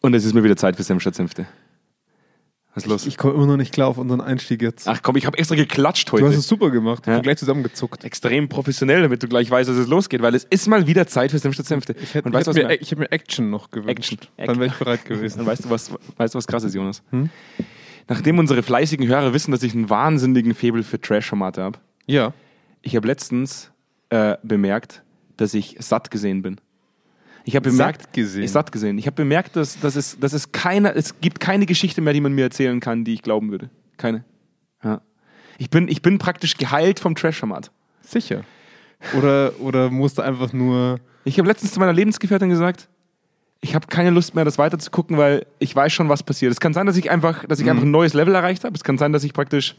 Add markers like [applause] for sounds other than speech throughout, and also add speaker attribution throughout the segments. Speaker 1: Und es ist mir wieder Zeit für Senfstadt-Senfte. Was ist los?
Speaker 2: Ich, ich komme immer noch nicht klar auf unseren Einstieg jetzt.
Speaker 1: Ach komm, ich habe extra geklatscht heute.
Speaker 2: du hast es super gemacht. Ich
Speaker 1: Ja.
Speaker 2: bin gleich zusammengezuckt.
Speaker 1: extrem professionell, damit du gleich weißt, dass es losgeht, weil es ist mal wieder Zeit für Senfstadt-Senfte.
Speaker 2: Ich hätte
Speaker 1: Und weißt du, was
Speaker 2: ich hätte mir,
Speaker 1: mir-
Speaker 2: ich hätte mir Action noch gewünscht.
Speaker 1: Action.
Speaker 2: Dann wäre ich
Speaker 1: [laughs]
Speaker 2: bereit gewesen.
Speaker 1: Und weißt du, was, weißt du, was krass ist, Jonas?
Speaker 2: Hm?
Speaker 1: Nachdem unsere fleißigen Hörer wissen, dass ich einen wahnsinnigen Febel für Trash-Formate habe,
Speaker 2: Ja.
Speaker 1: ich habe letztens äh, bemerkt, dass ich satt gesehen bin. Ich habe bemerkt,
Speaker 2: Satt gesehen?
Speaker 1: Ich satt gesehen. Ich habe bemerkt, dass, dass, es, dass es keine, es gibt keine Geschichte mehr, die man mir erzählen kann, die ich glauben würde. Keine. Ja. Ich bin, ich bin praktisch geheilt vom Trash-Format.
Speaker 2: Sicher. Oder, oder musst du einfach nur.
Speaker 1: Ich habe letztens zu meiner Lebensgefährtin gesagt, ich habe keine Lust mehr, das weiterzugucken, weil ich weiß schon, was passiert. Es kann sein, dass ich einfach,
Speaker 2: Mhm.
Speaker 1: dass ich einfach ein neues Level erreicht habe. Es kann sein, dass ich praktisch,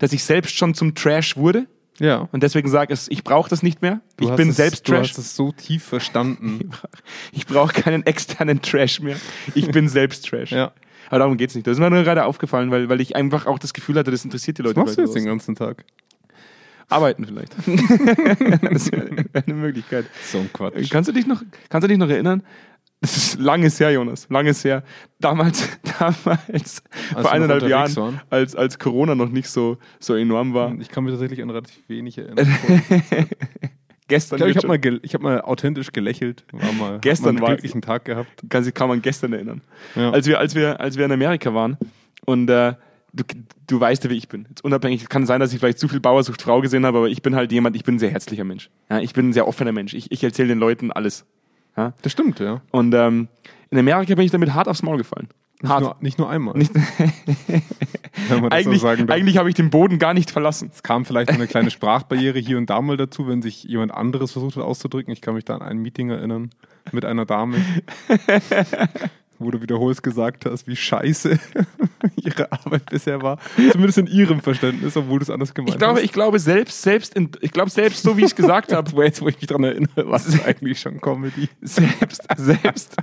Speaker 1: dass ich selbst schon zum Trash wurde
Speaker 2: Ja.
Speaker 1: und deswegen sage es, ich brauche das nicht mehr.
Speaker 2: Du
Speaker 1: ich
Speaker 2: hast
Speaker 1: bin
Speaker 2: es,
Speaker 1: selbst
Speaker 2: Du
Speaker 1: Trash.
Speaker 2: hast es so
Speaker 1: [laughs]
Speaker 2: tief verstanden.
Speaker 1: Ich brauche keinen externen Trash mehr. Ich bin selbst Trash.
Speaker 2: Ja.
Speaker 1: Aber darum geht's nicht. Das ist mir nur gerade aufgefallen, weil, weil ich einfach auch das Gefühl hatte, das interessiert die Leute.
Speaker 2: Was machst du
Speaker 1: weiter
Speaker 2: jetzt den ganzen Tag?
Speaker 1: Arbeiten vielleicht.
Speaker 2: [laughs]
Speaker 1: das wäre eine Möglichkeit.
Speaker 2: So ein Quatsch.
Speaker 1: Kannst du dich noch, kannst du dich noch erinnern? Das ist langes her, Jonas. Langes her. Damals, [laughs] damals, vor
Speaker 2: noch
Speaker 1: eineinhalb
Speaker 2: unterwegs
Speaker 1: Jahren,
Speaker 2: waren?
Speaker 1: als, als Corona noch nicht so, so enorm war.
Speaker 2: Ich kann mich tatsächlich an relativ wenig erinnern.
Speaker 1: Äh,
Speaker 2: Ich
Speaker 1: Gestern,
Speaker 2: glaube, ich
Speaker 1: wird
Speaker 2: habe
Speaker 1: schon-
Speaker 2: mal, gel- ich hab mal authentisch gelächelt. War mal, hab
Speaker 1: Gestern
Speaker 2: mal einen
Speaker 1: war-
Speaker 2: glücklichen Tag gehabt.
Speaker 1: kann, sich- kann man gestern erinnern.
Speaker 2: Ja.
Speaker 1: Als, wir, als, wir, als wir in Amerika waren und äh, du, du weißt ja, wie ich bin. Jetzt unabhängig, kann sein, dass ich vielleicht zu viel Bauersucht Frau gesehen habe, aber ich bin halt jemand, ich bin ein sehr herzlicher Mensch. Ja, ich bin ein sehr offener Mensch. Ich, ich erzähle den Leuten alles.
Speaker 2: Das stimmt, ja.
Speaker 1: Und ähm, in Amerika bin ich damit hart aufs Maul gefallen.
Speaker 2: Nicht
Speaker 1: Hart.
Speaker 2: nur, nicht nur einmal.
Speaker 1: Nicht-
Speaker 2: wenn man das
Speaker 1: eigentlich
Speaker 2: so sagen darf.
Speaker 1: eigentlich habe ich den Boden gar nicht verlassen.
Speaker 2: Es kam vielleicht noch eine kleine Sprachbarriere hier und da mal dazu, wenn sich jemand anderes versucht hat auszudrücken. Ich kann mich da an ein Meeting erinnern mit einer Dame, wo du wiederholt gesagt hast, wie scheiße [laughs] ihre Arbeit bisher war. Zumindest in ihrem Verständnis, obwohl du es anders gemeint
Speaker 1: Ich glaube,
Speaker 2: hast.
Speaker 1: ich glaube selbst, selbst, in, ich glaube selbst, so wie ich es
Speaker 2: [laughs]
Speaker 1: gesagt habe,
Speaker 2: wo jetzt, wo ich mich dran erinnere, was ist eigentlich schon Comedy?
Speaker 1: selbst, [laughs] selbst,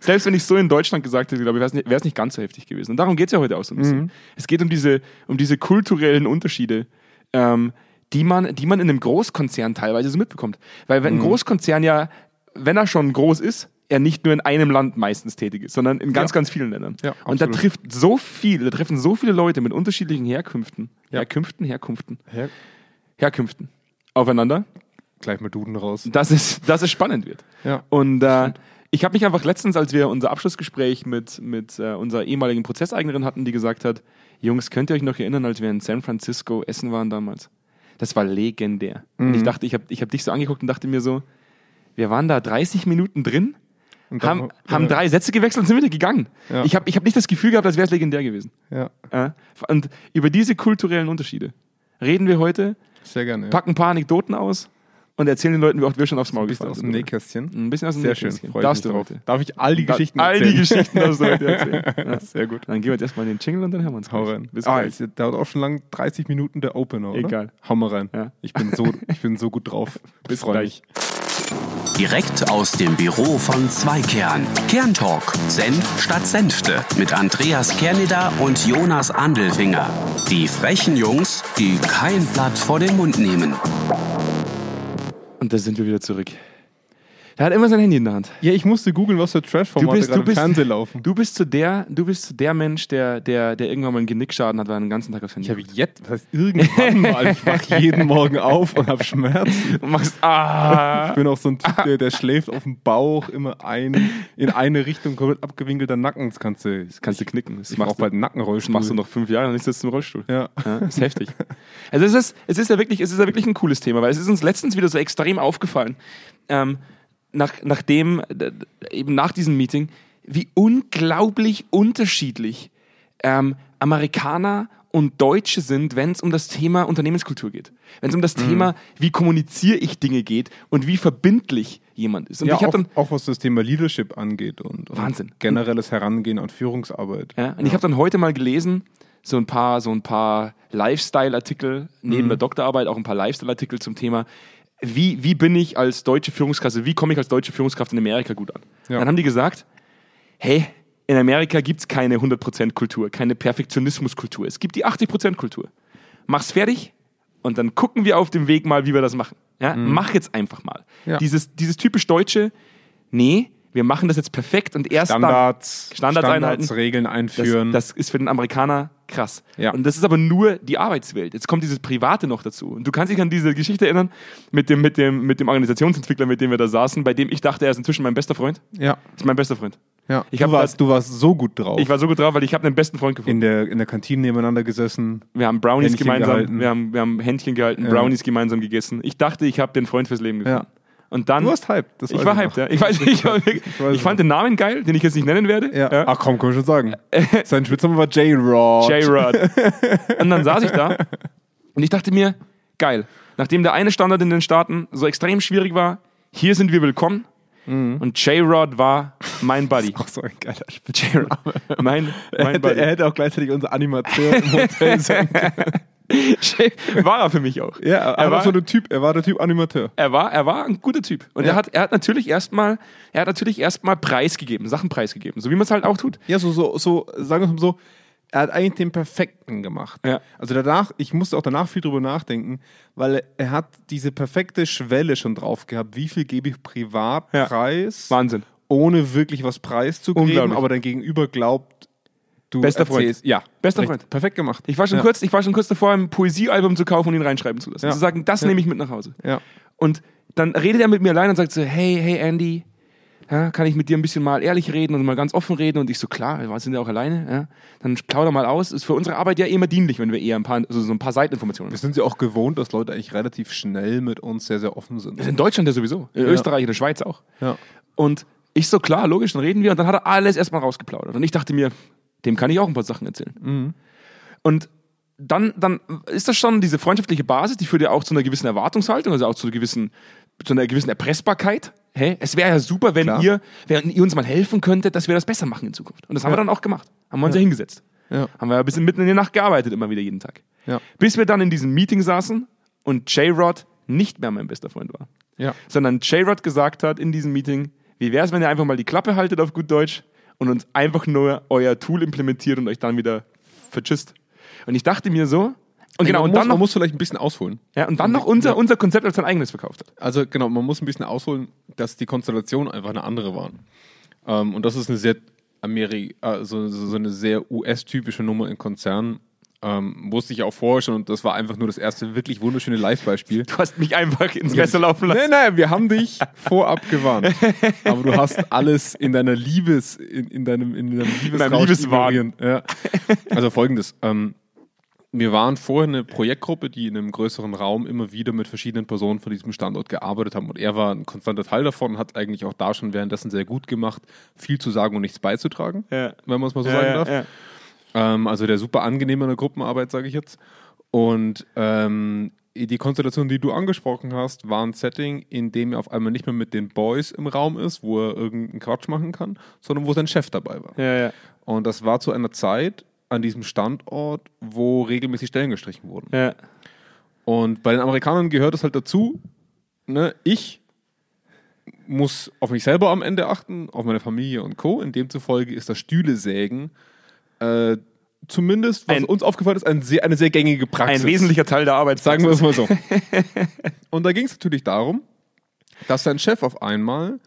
Speaker 1: selbst wenn ich es so in Deutschland gesagt hätte, glaube ich, wäre es nicht ganz so heftig gewesen. Und darum geht es ja heute auch so ein bisschen.
Speaker 2: Mhm.
Speaker 1: Es geht um diese, um diese kulturellen Unterschiede, ähm, die, man, die man in einem Großkonzern teilweise so mitbekommt. Weil
Speaker 2: Mhm.
Speaker 1: wenn ein Großkonzern ja, wenn er schon groß ist, er nicht nur in einem Land meistens tätig ist, sondern in ganz,
Speaker 2: Ja.
Speaker 1: ganz vielen Ländern.
Speaker 2: Ja,
Speaker 1: Und da
Speaker 2: absolut.
Speaker 1: trifft so viel, da treffen so viele Leute mit unterschiedlichen Herkünften,
Speaker 2: Ja.
Speaker 1: Herkünften, Herkünften,
Speaker 2: Ja,
Speaker 1: Herkünften aufeinander,
Speaker 2: gleich mal Duden raus.
Speaker 1: dass es, dass es spannend wird.
Speaker 2: Ja.
Speaker 1: Und äh, ich habe mich einfach letztens, als wir unser Abschlussgespräch mit, mit äh, unserer ehemaligen Prozesseigenerin hatten, die gesagt hat, Jungs, könnt ihr euch noch erinnern, als wir in San Francisco essen waren damals? Das war legendär. Und
Speaker 2: Mhm.
Speaker 1: ich dachte, ich habe ich hab dich so angeguckt und dachte mir so, wir waren da 30 Minuten drin,
Speaker 2: Und dann- äh,
Speaker 1: haben, haben drei Sätze gewechselt und sind wieder gegangen.
Speaker 2: Ja.
Speaker 1: Ich habe ich hab nicht das Gefühl gehabt, als wäre es legendär gewesen.
Speaker 2: Ja,
Speaker 1: Äh? Und über diese kulturellen Unterschiede reden wir heute,
Speaker 2: sehr gerne. Ja.
Speaker 1: packen ein paar Anekdoten aus und erzählen den Leuten, wie oft wir schon aufs Maul
Speaker 2: Ein bisschen
Speaker 1: gefallen
Speaker 2: aus dem
Speaker 1: sind. oder?
Speaker 2: Nähkästchen.
Speaker 1: Ein bisschen aus dem
Speaker 2: Sehr schön,
Speaker 1: Nähkästchen.
Speaker 2: freue ich
Speaker 1: Darfst
Speaker 2: mich
Speaker 1: du
Speaker 2: drauf.
Speaker 1: heute.
Speaker 2: Darf ich all die
Speaker 1: Da-
Speaker 2: Geschichten
Speaker 1: all die
Speaker 2: erzählen?
Speaker 1: Geschichten darfst du heute erzählen. [laughs] Ja.
Speaker 2: Sehr gut.
Speaker 1: Dann gehen wir jetzt erstmal in den Jingle und dann hören wir uns. gleich.
Speaker 2: Hau rein.
Speaker 1: Bis
Speaker 2: ah,
Speaker 1: gleich.
Speaker 2: es dauert auch schon lang 30 Minuten der Opener, oder?
Speaker 1: Egal.
Speaker 2: Hau mal rein.
Speaker 1: Ja.
Speaker 2: Ich, bin so, ich bin so gut [laughs] drauf.
Speaker 1: Bis
Speaker 2: Freu
Speaker 1: gleich.
Speaker 2: mich.
Speaker 3: Direkt aus dem Büro von Zweikern. Kerntalk. Senf statt Senfte. Mit Andreas Kerneder und Jonas Andelfinger. Die frechen Jungs, die kein Blatt vor den Mund nehmen.
Speaker 1: Und da sind wir wieder zurück. Der hat immer sein Handy in der Hand.
Speaker 2: Ja, ich musste googeln, was für Trash-Formate gerade im Fernsehen laufen.
Speaker 1: Du bist zu der, du bist zu der Mensch, der, der, der irgendwann mal einen Genickschaden hat, weil er den ganzen Tag aufs Handy
Speaker 2: Ich habe jetzt, das heißt irgendwann mal, ich wach jeden Morgen auf und habe Schmerzen.
Speaker 1: guckt. und machst ah. [laughs]
Speaker 2: Ich bin auch so ein Typ, der, der schläft auf dem Bauch, immer ein, in eine Richtung, komplett abgewinkelter Nacken. Das kannst du, das
Speaker 1: Kannst du knicken. Das
Speaker 2: ich mach auch
Speaker 1: machst, du,
Speaker 2: bald Nackenrollstuhl.
Speaker 1: machst du noch fünf Jahre und dann sitzt du im Rollstuhl.
Speaker 2: Ja.
Speaker 1: Ja, ist heftig. Also es ist, es ist ja wirklich, es ist ja wirklich ein cooles Thema, weil es ist uns letztens wieder so extrem aufgefallen, ähm, nach, nachdem, d- d- eben nach diesem Meeting, wie unglaublich unterschiedlich ähm, Amerikaner und Deutsche sind, wenn es um das Thema Unternehmenskultur geht. Wenn es um
Speaker 2: Mhm.
Speaker 1: das Thema, wie kommuniziere ich Dinge geht und wie verbindlich jemand ist. Und
Speaker 2: Ja,
Speaker 1: ich habe
Speaker 2: auch,
Speaker 1: dann
Speaker 2: auch was das Thema Leadership angeht und, und
Speaker 1: Wahnsinn.
Speaker 2: generelles Herangehen an Führungsarbeit.
Speaker 1: Ja, und ich habe dann heute mal gelesen, so ein paar, so ein paar Lifestyle-Artikel neben der Doktorarbeit, auch ein paar Lifestyle-Artikel zum Thema, wie, wie bin ich als deutsche Führungskraft, also wie komme ich als deutsche Führungskraft in Amerika gut an?
Speaker 2: Ja.
Speaker 1: Dann haben die gesagt, hey, in Amerika gibt es keine 100% Kultur, keine Perfektionismuskultur. Es gibt die 80% Kultur. Mach's fertig und dann gucken wir auf dem Weg mal, wie wir das machen. Mhm. Ja? Mach jetzt einfach mal.
Speaker 2: Ja.
Speaker 1: Dieses, dieses typisch deutsche, nee, wir machen das jetzt perfekt und erst
Speaker 2: Standards,
Speaker 1: Standards einhalten.
Speaker 2: Regeln
Speaker 1: dann.
Speaker 2: einführen.
Speaker 1: Das, das ist für den Amerikaner krass.
Speaker 2: Ja.
Speaker 1: Und das ist aber nur die Arbeitswelt. Jetzt kommt dieses Private noch dazu. Und du kannst dich an diese Geschichte erinnern mit dem, mit dem, mit dem Organisationsentwickler, mit dem wir da saßen, bei dem ich dachte, er ist inzwischen mein bester Freund.
Speaker 2: ja,
Speaker 1: Ist mein bester Freund.
Speaker 2: ja.
Speaker 1: Ich
Speaker 2: du,
Speaker 1: hab
Speaker 2: warst, du warst so gut drauf.
Speaker 1: Ich war so gut drauf, weil ich habe einen besten Freund gefunden.
Speaker 2: in, der, in der Kantine nebeneinander gesessen.
Speaker 1: Wir haben Brownies
Speaker 2: Händchen
Speaker 1: gemeinsam,
Speaker 2: gehalten.
Speaker 1: wir haben, wir haben Händchen gehalten,
Speaker 2: Ja.
Speaker 1: Brownies gemeinsam gegessen. Ich dachte, ich habe den Freund fürs Leben gefunden.
Speaker 2: Ja.
Speaker 1: Und dann.
Speaker 2: Du warst hyped. Das
Speaker 1: ich
Speaker 2: weiß
Speaker 1: war hyped,
Speaker 2: noch.
Speaker 1: ja. Ich, weiß,
Speaker 2: [laughs]
Speaker 1: ich, war, ich,
Speaker 2: weiß
Speaker 1: fand den Namen geil, den ich jetzt nicht nennen werde.
Speaker 2: Ja.
Speaker 1: Ja.
Speaker 2: Ach komm, kann man
Speaker 1: [laughs]
Speaker 2: schon sagen. Sein Spitzname war J-Rod.
Speaker 1: J-Rod. [laughs] und dann saß ich da und ich dachte mir, geil, nachdem der eine Standard in den Staaten so extrem schwierig war, hier sind wir willkommen. Und J-Rod war mein Buddy.
Speaker 2: Auch so ein geiler Spitzname.
Speaker 1: [laughs] J-Rod. Mein,
Speaker 2: Er
Speaker 1: mein
Speaker 2: hätte, er
Speaker 1: Buddy.
Speaker 2: hätte auch gleichzeitig unser Animateur
Speaker 1: [laughs]
Speaker 2: im Hotel sein können.
Speaker 1: War er für mich auch.
Speaker 2: Ja,
Speaker 1: er
Speaker 2: er war
Speaker 1: war,
Speaker 2: so der Typ, er war der Typ Animateur.
Speaker 1: er war, er war ein guter Typ. Und er
Speaker 2: Ja.
Speaker 1: hat, er hat natürlich erstmal, er hat natürlich erstmal Preis gegeben, Sachen preisgegeben, so wie man es halt auch tut.
Speaker 2: Ja, so, so, so, sagen wir es mal so, er hat eigentlich den Perfekten gemacht.
Speaker 1: Ja.
Speaker 2: Also danach, ich musste auch danach viel drüber nachdenken, weil er hat diese perfekte Schwelle schon drauf gehabt. Wie viel gebe ich privat
Speaker 1: Ja.
Speaker 2: preis,
Speaker 1: Wahnsinn.
Speaker 2: ohne wirklich was preiszugeben,
Speaker 1: Unglaublich.
Speaker 2: aber dein Gegenüber glaubt, du
Speaker 1: Bester Freund.
Speaker 2: erzählst- Ja,
Speaker 1: Bester
Speaker 2: richtig.
Speaker 1: Freund.
Speaker 2: Perfekt gemacht.
Speaker 1: Ich war schon
Speaker 2: ja.
Speaker 1: kurz, ich war schon kurz davor, ein Poesiealbum zu kaufen und ihn reinschreiben zu lassen.
Speaker 2: Ja.
Speaker 1: Zu sagen, das
Speaker 2: Ja.
Speaker 1: nehme ich mit nach Hause.
Speaker 2: Ja.
Speaker 1: Und dann redet er mit mir allein und sagt so, hey, hey Andy, ja, kann ich mit dir ein bisschen mal ehrlich reden und mal ganz offen reden? Und ich so, klar, wir sind ja auch alleine. Ja. Dann plauder mal aus. Ist für unsere Arbeit ja immer dienlich, wenn wir eher ein paar, also so ein paar Seiteninformationen
Speaker 2: Wir
Speaker 1: haben.
Speaker 2: sind ja auch gewohnt, dass Leute eigentlich relativ schnell mit uns sehr, sehr offen sind.
Speaker 1: In Deutschland ja sowieso, in Österreich, in der Schweiz auch.
Speaker 2: Ja.
Speaker 1: Und ich so, klar, logisch, dann reden wir. Und dann hat er alles erstmal rausgeplaudert. Und ich dachte mir, dem kann ich auch ein paar Sachen erzählen.
Speaker 2: Mhm.
Speaker 1: Und dann, dann ist das schon diese freundschaftliche Basis, die führt ja auch zu einer gewissen Erwartungshaltung, also auch zu, gewissen, zu einer gewissen Erpressbarkeit. Hä? Es wäre ja super, wenn
Speaker 2: Klar.
Speaker 1: ihr, wenn ihr uns mal helfen könntet, dass wir das besser machen in Zukunft. Und das haben wir dann auch gemacht. Haben wir uns ja, hingesetzt.
Speaker 2: Ja.
Speaker 1: Haben wir ein bisschen mitten in der Nacht gearbeitet, immer wieder jeden Tag.
Speaker 2: Ja.
Speaker 1: Bis wir dann in diesem Meeting saßen und J-Rod nicht mehr mein bester Freund war
Speaker 2: Ja.
Speaker 1: sondern J-Rod gesagt hat in diesem Meeting, wie wäre es, wenn ihr einfach mal die Klappe haltet auf gut Deutsch und uns einfach nur euer Tool implementiert und euch dann wieder verchisst. Und ich dachte mir so, und genau, und
Speaker 2: man, muss,
Speaker 1: dann
Speaker 2: man
Speaker 1: noch,
Speaker 2: muss vielleicht ein bisschen ausholen.
Speaker 1: ja, und dann noch unser, unser Konzept als sein eigenes verkauft hat.
Speaker 2: Also genau, man muss ein bisschen ausholen, dass die Konstellationen einfach eine andere waren. Ähm, und das ist eine sehr Ameri äh, so, so so eine sehr US-typische Nummer in Konzernen. Ähm, musste ich auch vorher schon und das war einfach nur das erste wirklich wunderschöne Live-Beispiel.
Speaker 1: Du hast mich einfach ins Messer laufen lassen.
Speaker 2: Nein, nein, wir
Speaker 1: [laughs]
Speaker 2: haben dich vorab gewarnt. Aber du hast alles in deiner Liebes, in, in deinem, in deinem Liebesrausch
Speaker 1: Liebeswahn.
Speaker 2: ignorieren. Ja. Also folgendes. Ähm, wir waren vorher eine Projektgruppe, die in einem größeren Raum immer wieder mit verschiedenen Personen von diesem Standort gearbeitet haben. Und er war ein konstanter Teil davon und hat eigentlich auch da schon währenddessen sehr gut gemacht, viel zu sagen und nichts beizutragen,
Speaker 1: Ja.
Speaker 2: wenn man es mal so
Speaker 1: Ja,
Speaker 2: sagen
Speaker 1: ja,
Speaker 2: darf.
Speaker 1: ja.
Speaker 2: Ähm, also der super angenehme in der Gruppenarbeit, sage ich jetzt. Und ähm, die Konstellation, die du angesprochen hast, war ein Setting, in dem er auf einmal nicht mehr mit den Boys im Raum ist, wo er irgendeinen Quatsch machen kann, sondern wo sein Chef dabei war.
Speaker 1: Ja, ja,
Speaker 2: Und das war zu einer Zeit an diesem Standort, wo regelmäßig Stellen gestrichen wurden.
Speaker 1: ja.
Speaker 2: Und bei den Amerikanern gehört es halt dazu, ne, ich muss auf mich selber am Ende achten, auf meine Familie und Co. In demzufolge ist das Stühle sägen äh, zumindest, was
Speaker 1: Ein-
Speaker 2: uns aufgefallen ist, ein sehr, eine sehr gängige Praxis.
Speaker 1: Ein wesentlicher Teil der Arbeit.
Speaker 2: Sagen wir es mal so. [laughs] und da ging es natürlich darum, dass sein Chef auf einmal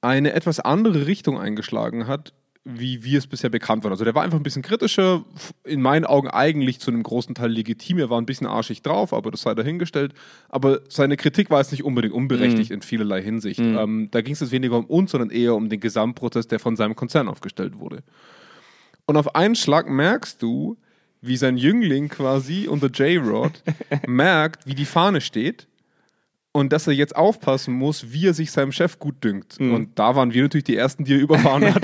Speaker 2: eine etwas andere Richtung eingeschlagen hat, wie wir es bisher bekannt waren. Also der war einfach ein bisschen kritischer, f- in meinen Augen eigentlich zu einem großen Teil legitim. Er war ein bisschen arschig drauf, aber das sei dahingestellt. Aber seine Kritik war jetzt nicht unbedingt unberechtigt in vielerlei Hinsicht. Ähm, da ging es jetzt weniger um uns, sondern eher um den Gesamtprozess, der von seinem Konzern aufgestellt wurde. Und auf einen Schlag merkst du, wie sein Jüngling quasi unter
Speaker 1: [laughs]
Speaker 2: J-Rod merkt, wie die Fahne steht und dass er jetzt aufpassen muss, wie er sich seinem Chef gut dünkt.
Speaker 1: Mhm.
Speaker 2: Und da waren wir natürlich die Ersten, die er überfahren hat.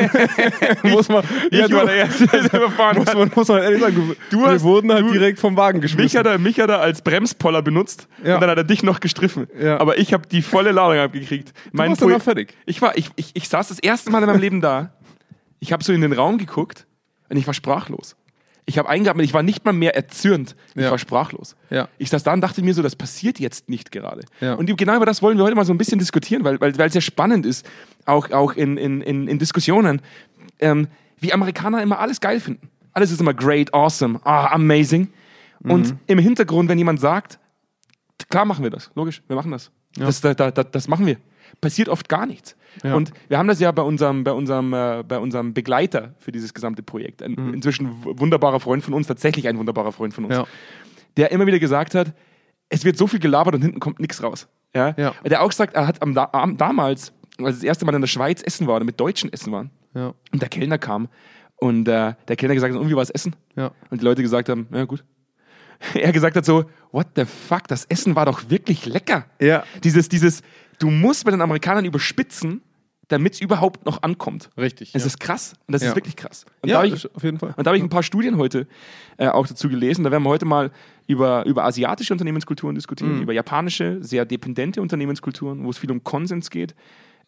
Speaker 1: [laughs]
Speaker 2: [laughs] muss man,
Speaker 1: Ich
Speaker 2: ja,
Speaker 1: war
Speaker 2: du-
Speaker 1: der Erste, der es [laughs] überfahren
Speaker 2: muss
Speaker 1: hat.
Speaker 2: man, muss man ehrlich sagen,
Speaker 1: Du
Speaker 2: wir
Speaker 1: hast-
Speaker 2: wurden halt
Speaker 1: du-
Speaker 2: direkt vom Wagen
Speaker 1: Mich
Speaker 2: geschmissen.
Speaker 1: hat, er, mich hat er als Bremspoller benutzt
Speaker 2: Ja.
Speaker 1: und dann hat er dich noch gestriffen.
Speaker 2: Ja.
Speaker 1: Aber ich habe die volle Ladung abgekriegt. Mein
Speaker 2: warst danach
Speaker 1: Poe-
Speaker 2: fertig.
Speaker 1: Ich, war, ich, ich, ich saß das erste Mal in meinem Leben da. Ich habe so in den Raum geguckt und ich war sprachlos. Ich habe eingeatmet, ich war nicht mal mehr erzürnt. Ich
Speaker 2: Ja.
Speaker 1: war sprachlos.
Speaker 2: Ja.
Speaker 1: Ich saß da und dachte mir so, das passiert jetzt nicht gerade.
Speaker 2: Ja.
Speaker 1: Und genau über das wollen wir heute mal so ein bisschen diskutieren, weil weil weil es sehr spannend ist, auch, auch in, in, in, in Diskussionen, ähm, wie Amerikaner immer alles geil finden. Alles ist immer great, awesome, ah, amazing.
Speaker 2: Mhm.
Speaker 1: Und im Hintergrund, wenn jemand sagt, klar machen wir das, logisch, wir machen das. Das, da, da, da, das machen wir. passiert oft gar nichts.
Speaker 2: Ja.
Speaker 1: Und wir haben das ja bei unserem, bei unserem, äh, bei unserem Begleiter für dieses gesamte Projekt, ein inzwischen w- wunderbarer Freund von uns, tatsächlich ein wunderbarer Freund von uns,
Speaker 2: Mhm. Ja.
Speaker 1: der immer wieder gesagt hat, es wird so viel gelabert und hinten kommt nichts raus. Ja?
Speaker 2: Ja.
Speaker 1: Der auch sagt, er hat am, Da- am, damals, als das erste Mal in der Schweiz essen war oder mit Deutschen essen waren,
Speaker 2: Ja.
Speaker 1: und der Kellner kam und äh, der Kellner gesagt hat, und wie war das Essen?
Speaker 2: Ja.
Speaker 1: Und die Leute gesagt haben, ja gut. [laughs] Er gesagt hat so, what the fuck, das Essen war doch wirklich lecker.
Speaker 2: Ja.
Speaker 1: Dieses, dieses, du musst bei den Amerikanern überspitzen, damit es überhaupt noch ankommt.
Speaker 2: Richtig.
Speaker 1: Es
Speaker 2: ja.
Speaker 1: ist krass. Und das
Speaker 2: Ja.
Speaker 1: ist wirklich krass. Und
Speaker 2: ja,
Speaker 1: da hab ich,
Speaker 2: ist auf jeden Fall.
Speaker 1: und da habe ich ein paar Studien heute äh, auch dazu gelesen. Da werden wir heute mal über, über asiatische Unternehmenskulturen diskutieren,
Speaker 2: Mhm.
Speaker 1: über japanische, sehr dependente Unternehmenskulturen, wo es viel um Konsens geht.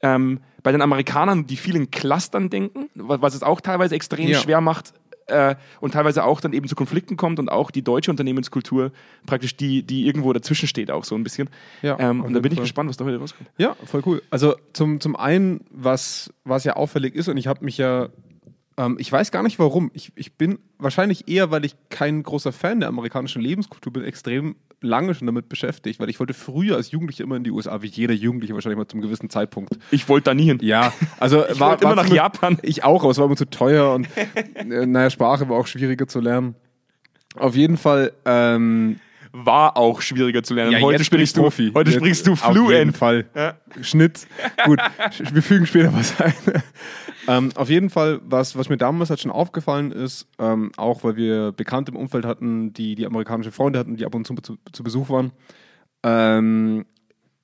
Speaker 1: Ähm, bei den Amerikanern, die viel in Clustern denken, wa- was es auch teilweise extrem
Speaker 2: Ja.
Speaker 1: schwer macht äh, und teilweise auch dann eben zu Konflikten kommt und auch die deutsche Unternehmenskultur praktisch die, die irgendwo dazwischen steht, auch so ein bisschen.
Speaker 2: Ja,
Speaker 1: ähm,
Speaker 2: auf
Speaker 1: und da bin
Speaker 2: jeden
Speaker 1: ich
Speaker 2: Fall.
Speaker 1: gespannt, was da heute rauskommt.
Speaker 2: Ja, voll cool. Also zum, zum einen, was, was ja auffällig ist, und ich habe mich ja, ähm, ich weiß gar nicht warum, ich, ich bin wahrscheinlich eher, weil ich kein großer Fan der amerikanischen Lebenskultur bin, extrem lange schon damit beschäftigt, weil ich wollte früher als Jugendlicher immer in die USA, wie jeder Jugendliche wahrscheinlich mal zum gewissen Zeitpunkt.
Speaker 1: Ich wollte da nie hin.
Speaker 2: Ja, also
Speaker 1: Ich wollte immer nach
Speaker 2: zu-
Speaker 1: Japan.
Speaker 2: Ich auch, aber es war immer zu
Speaker 1: [laughs]
Speaker 2: teuer und äh, naja, Sprache war auch schwieriger zu lernen. Auf jeden Fall, ähm,
Speaker 1: War auch schwieriger zu lernen. heute
Speaker 2: jetzt
Speaker 1: springst
Speaker 2: bin
Speaker 1: du,
Speaker 2: ich
Speaker 1: heute
Speaker 2: Jetzt
Speaker 1: springst du
Speaker 2: Auf jeden
Speaker 1: fluent.
Speaker 2: Fall. Schnitt. Gut, [laughs] sch- wir fügen später was ein. ähm, auf jeden Fall, was, was mir damals halt schon aufgefallen ist, ähm, auch weil wir Bekannte im Umfeld hatten, die, die amerikanische Freunde hatten, die ab und zu zu, zu Besuch waren, ähm,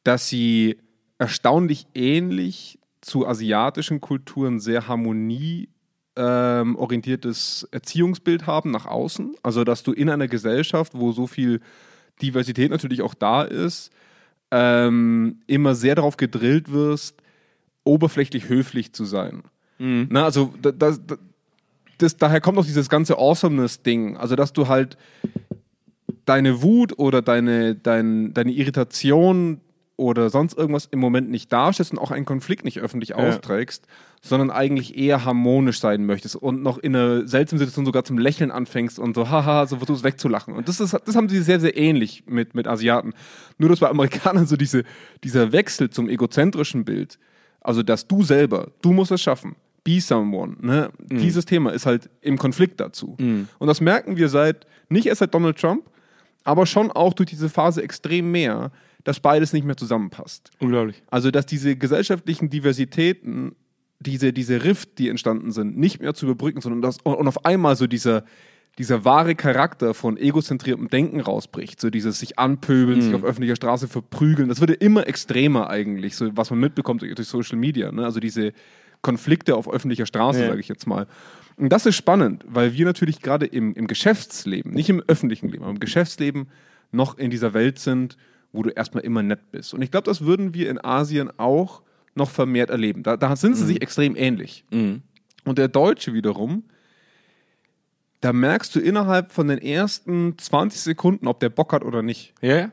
Speaker 2: dass sie erstaunlich ähnlich zu asiatischen Kulturen sehr harmonie ähm, orientiertes Erziehungsbild haben nach außen. Also, dass du in einer Gesellschaft, wo so viel Diversität natürlich auch da ist, ähm, immer sehr darauf gedrillt wirst, oberflächlich höflich zu sein. Na, also, da, da, da, das, daher kommt auch dieses ganze Awesomeness-Ding. Also, dass du halt deine Wut oder deine, dein, deine Irritation oder sonst irgendwas im Moment nicht darstellst und auch einen Konflikt nicht öffentlich austrägst, sondern eigentlich eher harmonisch sein möchtest und noch in einer seltsamen Situation sogar zum Lächeln anfängst und so, haha, so versuchst wegzulachen. Und das, ist, das haben sie sehr, sehr ähnlich mit, mit Asiaten. Nur, dass bei Amerikanern so diese, dieser Wechsel zum egozentrischen Bild, also dass du selber, du musst es schaffen, be someone, ne? dieses Thema ist halt im Konflikt dazu. Und das merken wir seit, nicht erst seit Donald Trump, aber schon auch durch diese Phase extrem mehr, dass beides nicht mehr zusammenpasst.
Speaker 1: Unglaublich.
Speaker 2: Also, dass diese gesellschaftlichen Diversitäten, diese, diese Rift, die entstanden sind, nicht mehr zu überbrücken, sondern dass, und, und auf einmal so dieser, dieser wahre Charakter von egozentriertem Denken rausbricht. So dieses sich anpöbeln, sich auf öffentlicher Straße verprügeln. Das wurde immer extremer eigentlich, so was man mitbekommt durch, durch Social Media. Ne? Also diese Konflikte auf öffentlicher Straße,
Speaker 1: Ja.
Speaker 2: sage ich jetzt mal. Und das ist spannend, weil wir natürlich gerade im, im Geschäftsleben, nicht im öffentlichen Leben, aber im Geschäftsleben noch in dieser Welt sind, wo du erstmal immer nett bist. Und ich glaube, das würden wir in Asien auch noch vermehrt erleben. Da, da sind sie sich extrem ähnlich. Und der Deutsche wiederum, da merkst du innerhalb von den ersten 20 Sekunden, ob der Bock hat oder nicht.
Speaker 1: Ja, ja.